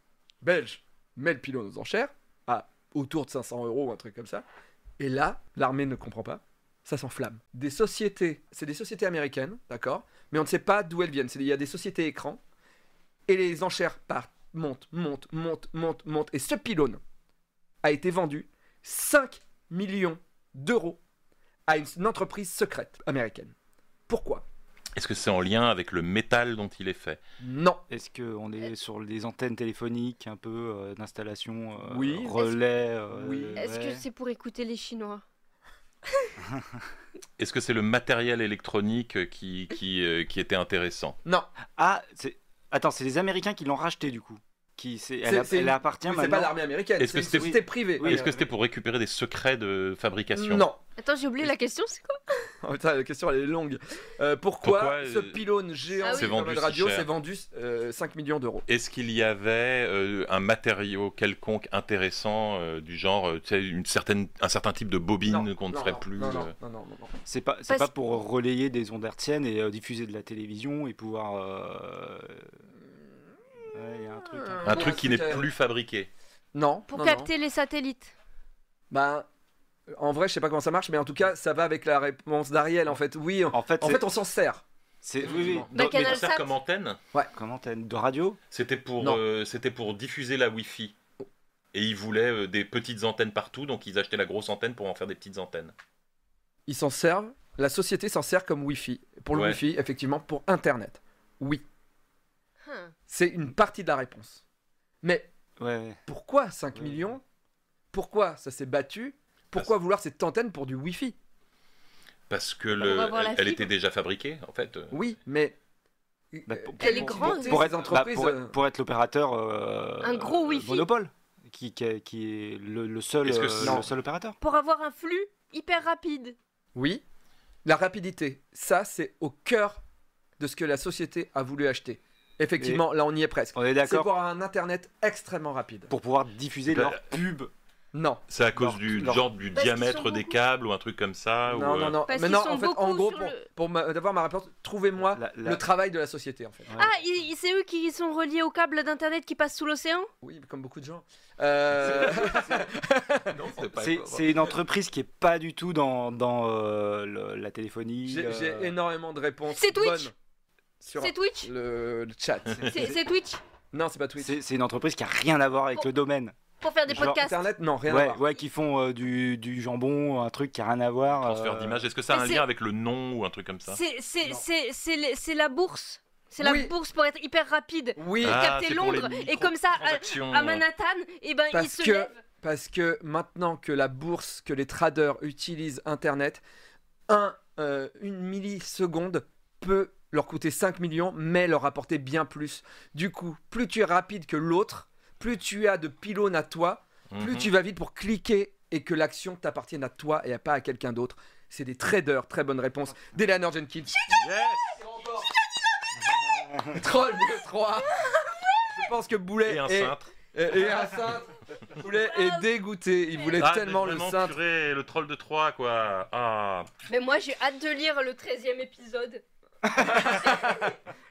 Speaker 1: belge met le pylône aux enchères, à autour de 500 euros ou un truc comme ça. Et là, l'armée ne comprend pas. Ça s'enflamme. Des sociétés, c'est des sociétés américaines, d'accord Mais on ne sait pas d'où elles viennent. C'est- Il y a des sociétés écrans. Et les enchères partent, montent, montent, montent, montent, montent. Et ce pylône a été vendu 5 millions d'euros à une- une entreprise secrète américaine. Pourquoi
Speaker 2: Est-ce que c'est en lien avec le métal dont il est fait
Speaker 1: Non.
Speaker 4: Est-ce qu'on
Speaker 3: Euh.
Speaker 4: est sur des antennes téléphoniques, un peu euh, d'installation, euh,
Speaker 1: Oui.
Speaker 4: relais euh,
Speaker 1: Oui.
Speaker 3: Est-ce que
Speaker 4: ouais.
Speaker 3: c'est pour écouter les Chinois
Speaker 2: Est-ce que c'est le matériel électronique qui, qui, euh, qui était intéressant
Speaker 1: Non.
Speaker 4: Ah, c'est... attends, c'est les Américains qui l'ont racheté du coup. Qui, c'est... Elle,
Speaker 1: C'est-
Speaker 4: a-
Speaker 1: c'est-
Speaker 4: elle appartient
Speaker 1: Oui, c'est
Speaker 4: maintenant.
Speaker 1: pas l'armée américaine.
Speaker 2: Est-ce
Speaker 1: C'est une
Speaker 2: que c'était-
Speaker 1: société privée.
Speaker 4: Oui,
Speaker 2: Est-ce que
Speaker 4: euh,
Speaker 2: c'était pour récupérer des secrets de fabrication
Speaker 1: Non.
Speaker 3: Attends, j'ai oublié la question, c'est quoi
Speaker 1: Oh, putain, la question elle est longue. Euh, pourquoi,
Speaker 2: Pourquoi, euh,
Speaker 1: ce pylône géant
Speaker 3: Ah oui.
Speaker 2: C'est
Speaker 1: de
Speaker 2: vendu
Speaker 1: Nomad
Speaker 2: si
Speaker 1: radio
Speaker 2: cher.
Speaker 1: s'est vendu euh, 5 millions d'euros
Speaker 2: Est-ce qu'il y avait euh, un matériau quelconque intéressant euh, du genre euh, tu sais, une certaine, un certain type de bobine
Speaker 1: Non,
Speaker 2: qu'on ne
Speaker 1: non,
Speaker 2: ferait
Speaker 1: non,
Speaker 2: plus
Speaker 1: Non, non,
Speaker 2: euh,
Speaker 1: non, non, non, non.
Speaker 4: C'est pas, c'est
Speaker 3: Parce-
Speaker 4: pas pour relayer des ondes hertziennes et euh, diffuser de la télévision et pouvoir. euh, ouais, il y a un truc. hein.
Speaker 2: Un
Speaker 1: Bon,
Speaker 2: truc qui n'est
Speaker 1: c'était-
Speaker 2: plus fabriqué
Speaker 1: Non,
Speaker 3: Pour
Speaker 1: non, non.
Speaker 3: capter les satellites.
Speaker 1: Ben, en vrai, je sais pas comment ça marche, mais en tout cas, ça va avec la réponse d'Ariel en fait. Oui, en,
Speaker 4: En fait,
Speaker 1: en
Speaker 4: c'est-
Speaker 1: fait, on s'en sert.
Speaker 4: c'est. Oui, oui.
Speaker 3: Bah,
Speaker 2: Non, mais
Speaker 3: Canal
Speaker 2: ça sert
Speaker 3: Sat.
Speaker 2: comme antenne
Speaker 4: Comment t'as de radio
Speaker 2: C'était pour,
Speaker 1: Non.
Speaker 2: euh, c'était pour diffuser la Wi-Fi. Et ils voulaient euh, des petites antennes partout, donc ils achetaient la grosse antenne pour en faire des petites antennes.
Speaker 1: Ils s'en servent, la société s'en sert comme Wi-Fi. Pour le
Speaker 2: Ouais.
Speaker 1: Wi-Fi, effectivement, pour Internet. Oui,
Speaker 3: Hein.
Speaker 1: c'est une partie de la réponse. Mais
Speaker 4: Ouais, ouais.
Speaker 1: pourquoi 5
Speaker 4: Ouais.
Speaker 1: millions Pourquoi ça s'est battu Pourquoi vouloir cette antenne pour du Wi-Fi
Speaker 2: Parce que
Speaker 3: on
Speaker 2: le,
Speaker 3: va voir la
Speaker 2: elle, elle
Speaker 3: fibre.
Speaker 2: était déjà fabriquée, en fait.
Speaker 1: Oui, mais. euh,
Speaker 4: Bah, pour-
Speaker 3: Elle est grande.
Speaker 1: Pour
Speaker 4: être-
Speaker 1: les
Speaker 4: bah,
Speaker 1: entreprises.
Speaker 4: pour,
Speaker 1: euh,
Speaker 4: être, pour être l'opérateur. euh,
Speaker 3: Un gros
Speaker 4: euh,
Speaker 3: Wi-Fi.
Speaker 4: Monopole. Qui, qui est, qui est le, le seul,
Speaker 2: Est-ce que
Speaker 4: euh,
Speaker 2: c'est-
Speaker 4: le seul opérateur.
Speaker 3: Pour avoir un flux hyper rapide.
Speaker 1: euh, Oui, la rapidité, ça c'est au cœur de ce que la société a voulu acheter. Effectivement, là on y est presque.
Speaker 4: On est
Speaker 1: C'est
Speaker 4: d'accord pour...
Speaker 1: pour un internet extrêmement rapide.
Speaker 4: pouvoir diffuser
Speaker 2: Bah,
Speaker 4: leur pub.
Speaker 1: Non,
Speaker 2: C'est à cause
Speaker 4: Leur-
Speaker 2: du
Speaker 4: leur-
Speaker 2: genre du
Speaker 3: Parce qu'ils sont
Speaker 2: diamètre des
Speaker 3: beaucoup.
Speaker 2: câbles ou un truc comme
Speaker 4: Ah
Speaker 2: ça ou,
Speaker 1: non,
Speaker 2: euh,
Speaker 1: non, non.
Speaker 3: Parce
Speaker 1: Mais
Speaker 3: qu'ils
Speaker 1: non,
Speaker 3: sont
Speaker 1: en fait,
Speaker 3: beaucoup
Speaker 1: en gros,
Speaker 3: sur
Speaker 1: pour,
Speaker 3: le-
Speaker 1: pour ma- d'avoir ma réponse, trouvez-moi
Speaker 4: La- la-
Speaker 1: le travail de la société en fait.
Speaker 3: Ah, ils- ils- c'est eux qui sont reliés aux câbles d'internet qui passent sous l'océan
Speaker 1: Oui, comme beaucoup de gens. Euh,
Speaker 2: non, c'est pas-
Speaker 4: C'est c'est une entreprise qui est pas du tout dans, dans euh, le- la téléphonie.
Speaker 1: J'ai
Speaker 4: euh,
Speaker 1: j'ai énormément de réponses.
Speaker 3: C'est Twitch
Speaker 1: bonnes Sur
Speaker 3: C'est Twitch
Speaker 1: le, le chat.
Speaker 3: C'est c'est Twitch
Speaker 1: non, c'est pas Twitch.
Speaker 4: C'est c'est une entreprise qui a rien à voir avec le domaine.
Speaker 3: Pour faire des
Speaker 4: Genre
Speaker 3: podcasts.
Speaker 1: Internet, non, rien à
Speaker 4: Ouais,
Speaker 1: voir.
Speaker 4: ouais, qui font euh, du, du jambon, un truc qui a rien à voir.
Speaker 2: transfert
Speaker 4: euh,
Speaker 2: d'image. Est-ce que ça a
Speaker 3: Mais
Speaker 2: un
Speaker 3: c'est-
Speaker 2: lien avec le nom ou un truc comme ça
Speaker 3: C'est- c'est-
Speaker 1: Non.
Speaker 3: C'est c'est le- c'est la bourse. C'est la
Speaker 1: Oui.
Speaker 3: bourse pour être hyper rapide.
Speaker 1: Oui,
Speaker 3: Ah, capter
Speaker 2: c'est pour les
Speaker 3: Londres, et
Speaker 2: micro-
Speaker 3: comme ça, à-
Speaker 2: transactions,
Speaker 3: À
Speaker 2: euh.
Speaker 3: Manhattan, et ben ils
Speaker 1: Parce
Speaker 3: se
Speaker 1: que-
Speaker 3: lèvent.
Speaker 1: Parce que maintenant que la bourse, que les traders utilisent Internet, un, euh, une milliseconde peut leur coûter 5 millions, mais leur apporter bien plus. Du coup, plus tu es rapide que l'autre, plus tu as de pylônes à toi, plus
Speaker 2: Mhm.
Speaker 1: tu vas vite pour cliquer et que l'action t'appartienne à toi et à pas à quelqu'un d'autre. C'est des traders, très bonne réponse. d'Eleanor Jenkins. Troll 3 Je pense que Boulet
Speaker 2: Et un
Speaker 1: est- euh,
Speaker 2: cintre.
Speaker 1: et, et un cintre. Boulet est dégoûté. Il voulait
Speaker 2: Ah, mais
Speaker 1: tellement le
Speaker 2: vraiment,
Speaker 1: cintre.
Speaker 2: purée, le troll de 3, quoi. Ah.
Speaker 3: Mais moi j'ai hâte de lire le 13 e épisode.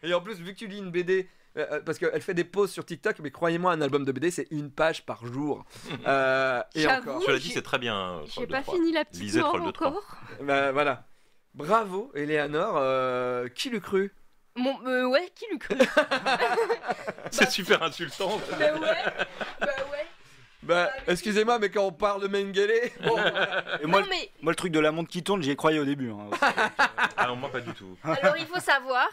Speaker 1: Et en plus, vu que tu lis une BD, euh, euh, parce qu'elle fait des pauses sur TikTok, mais croyez-moi, un album de BD, c'est une page par jour. Euh, et
Speaker 3: J'avoue.
Speaker 1: encore.
Speaker 2: Tu l'as dit,
Speaker 3: j'ai-
Speaker 2: c'est très bien. euh,
Speaker 3: J'ai
Speaker 2: troll de
Speaker 3: pas
Speaker 2: Troie.
Speaker 3: fini la petite
Speaker 2: Lisez
Speaker 3: mort
Speaker 2: Troll de Troie.
Speaker 3: encore.
Speaker 1: Bah, voilà. Bravo, Eleanor. euh, qui l'eût cru
Speaker 3: Mon, euh, ouais, qui lui connaît
Speaker 2: C'est super insultant.
Speaker 3: Bah ouais, bah ouais.
Speaker 1: Bah, excusez-moi, mais quand on parle de Mengele. bon,
Speaker 4: Et moi,
Speaker 3: Non mais,
Speaker 4: le- moi, le truc de la montre qui tourne, j'y ai croyé au début. hein.
Speaker 2: Ah, moi, pas du tout.
Speaker 3: alors il faut savoir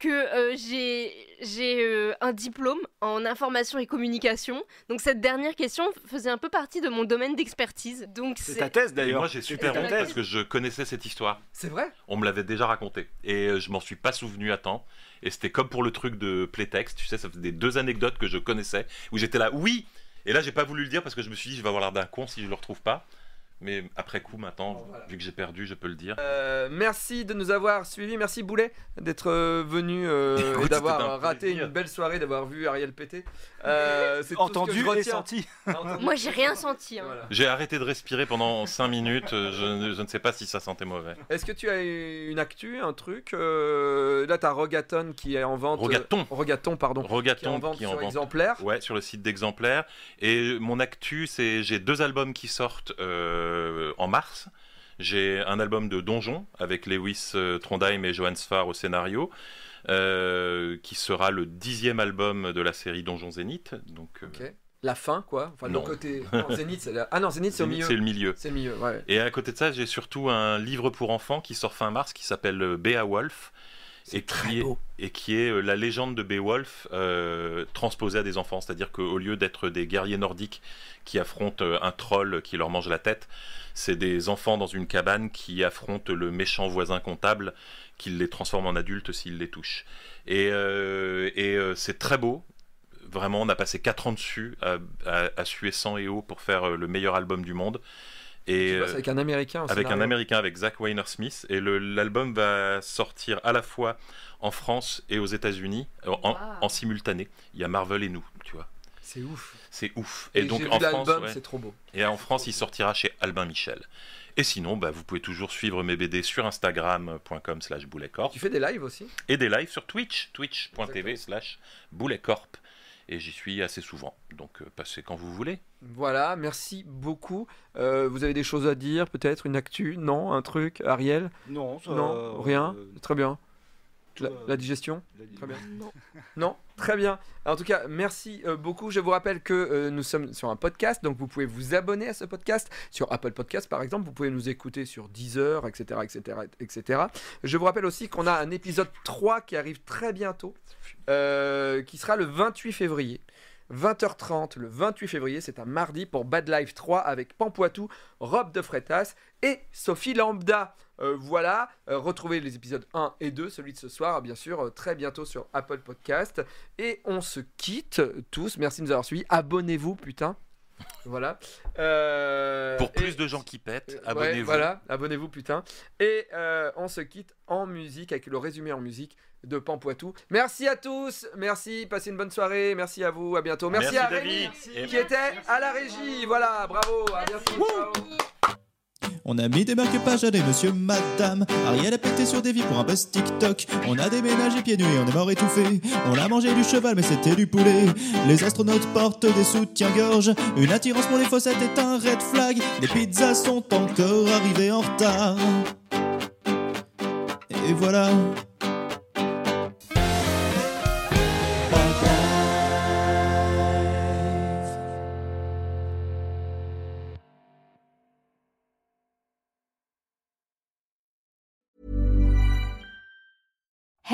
Speaker 3: que euh, j'ai j'ai euh, un diplôme en information et communication. Donc cette dernière question faisait un peu partie de mon domaine d'expertise. Donc
Speaker 4: C'est
Speaker 3: c'est
Speaker 4: ta thèse
Speaker 2: Et
Speaker 4: d'ailleurs.
Speaker 2: moi, j'ai super
Speaker 3: ta
Speaker 2: honte
Speaker 3: thèse.
Speaker 2: parce que je connaissais cette histoire.
Speaker 1: c'est vrai
Speaker 2: On me l'avait déjà raconté et euh, je m'en suis pas souvenu à temps. Et c'était comme pour le truc de Playtext, tu sais, ça faisait des deux anecdotes que je connaissais où j'étais là, oui. Et là, j'ai pas voulu le dire parce que je me suis dit, je vais avoir l'air d'un con si je le retrouve pas. Mais après coup, maintenant,
Speaker 1: Oh,
Speaker 2: vu que j'ai perdu, je peux le dire.
Speaker 1: Euh, merci de nous avoir suivis. Merci Boulet d'être euh, venu euh,
Speaker 2: Écoute,
Speaker 1: et d'avoir
Speaker 2: c'était un
Speaker 1: raté
Speaker 2: plaisir.
Speaker 1: une belle soirée, d'avoir vu Ariel péter. Euh, c'est tout ce que
Speaker 4: Entendu
Speaker 1: je
Speaker 4: et
Speaker 1: retiens.
Speaker 4: senti.
Speaker 1: Entendu.
Speaker 3: Moi, j'ai rien senti. hein.
Speaker 1: Voilà.
Speaker 2: J'ai arrêté de respirer pendant 5 minutes, euh, je, je ne sais pas si ça sentait mauvais.
Speaker 1: Est-ce que tu as une actu, un truc euh, Là, t'as Rogaton qui est en vente.
Speaker 2: Rogaton.
Speaker 1: Euh, Rogaton, pardon. qui est en
Speaker 2: Rogaton
Speaker 1: vente
Speaker 2: qui est
Speaker 1: sur
Speaker 2: en vente.
Speaker 1: exemplaires.
Speaker 2: Ouais, sur le site d'exemplaires. Et mon actu, c'est j'ai deux albums qui sortent euh, en mars. J'ai un album de Donjon avec Lewis euh, Trondheim et Johan Sfar au scénario, euh, qui sera le dixième album de la série Donjon Zénith. Donc, euh,
Speaker 1: Ok. La fin, quoi. Enfin,
Speaker 2: Non.
Speaker 1: le côté. non, Zénith, c'est la- Ah non, Zénith, c'est au
Speaker 2: Zénith,
Speaker 1: milieu.
Speaker 2: c'est le milieu.
Speaker 1: C'est le milieu, ouais.
Speaker 2: Et à côté de ça, j'ai surtout un livre pour enfants qui sort fin mars qui s'appelle euh, Beowulf. Et qui, est, et qui est euh, la légende de Beowulf euh, transposée à des enfants. C'est-à-dire qu'au lieu d'être des guerriers nordiques qui affrontent euh, un troll qui leur mange la tête, c'est des enfants dans une cabane qui affrontent le méchant voisin comptable qui les transforme en adultes s'il les touche. Et, euh, et, euh, c'est très beau. Vraiment, on a passé 4 ans dessus à, à, à suer sang et eau pour faire euh, le meilleur album du monde. Et,
Speaker 1: Tu bosses avec un Américain, au
Speaker 2: avec un
Speaker 1: scénario.
Speaker 2: américain avec Zach Weiner Smith et le- l'album va sortir à la fois en France et aux États-Unis en, en- en simultané. Il y a Marvel et nous, tu vois.
Speaker 1: C'est ouf.
Speaker 2: C'est ouf.
Speaker 1: Et j'ai vu l'album, c'est trop beau.
Speaker 2: Et en France, il sortira chez Albin Michel. Et sinon, bah, vous pouvez toujours suivre mes BD sur instagram.com slash bouletcorp.
Speaker 1: Tu fais des lives aussi
Speaker 2: Et des lives sur Twitch, twitch.tv slash bouletcorp. Et j'y suis assez souvent. Donc euh, passez quand vous voulez.
Speaker 1: Voilà, merci beaucoup. Euh, vous avez des choses à dire, peut-être Une actu Non Un truc Ariel
Speaker 4: Non, ça-
Speaker 1: Non Rien
Speaker 4: euh,
Speaker 1: Très bien. La,
Speaker 4: euh,
Speaker 1: la digestion
Speaker 4: la di-
Speaker 1: Très bien.
Speaker 3: Non.
Speaker 1: Non Très bien. En tout cas, merci euh, beaucoup. Je vous rappelle que euh, nous sommes sur un podcast, donc vous pouvez vous abonner à ce podcast sur Apple Podcast par exemple. Vous pouvez nous écouter sur Deezer, etc., etc., etc. Je vous rappelle aussi qu'on a un épisode 3 qui arrive très bientôt, euh, qui sera le 28 février. 20h30 le 28 février, c'est un mardi pour Bad Life 3 avec Pampoitou, Rob de Fretas et Sophie Lambda. Euh, voilà, euh, retrouvez les épisodes 1 et 2, celui de ce soir bien sûr, euh, très bientôt sur Apple Podcast. Et on se quitte tous, merci de nous avoir suivis, abonnez-vous putain. Voilà. Euh,
Speaker 2: Pour plus
Speaker 1: et-
Speaker 2: de gens qui pètent,
Speaker 1: Euh, Ouais,
Speaker 2: abonnez-vous.
Speaker 1: voilà, abonnez-vous, putain. Et euh, on se quitte en musique avec le résumé en musique de Pampoitou. Merci à tous, merci, passez une bonne soirée, merci à vous, à bientôt. Merci,
Speaker 2: Merci,
Speaker 1: à
Speaker 2: David.
Speaker 1: Rémi
Speaker 2: Et-
Speaker 1: qui était à la régie. Voilà, bravo, à bientôt. ciao.
Speaker 9: On a mis des marques pages à des monsieur, madame. Ariel a pété sur des vies pour un buzz TikTok. On a déménagé pieds nus et on est mort étouffé. On a mangé du cheval, mais c'était du poulet. Les astronautes portent des soutiens-gorge. Une attirance pour les fossettes est un red flag. Les pizzas sont encore arrivées en retard. Et voilà.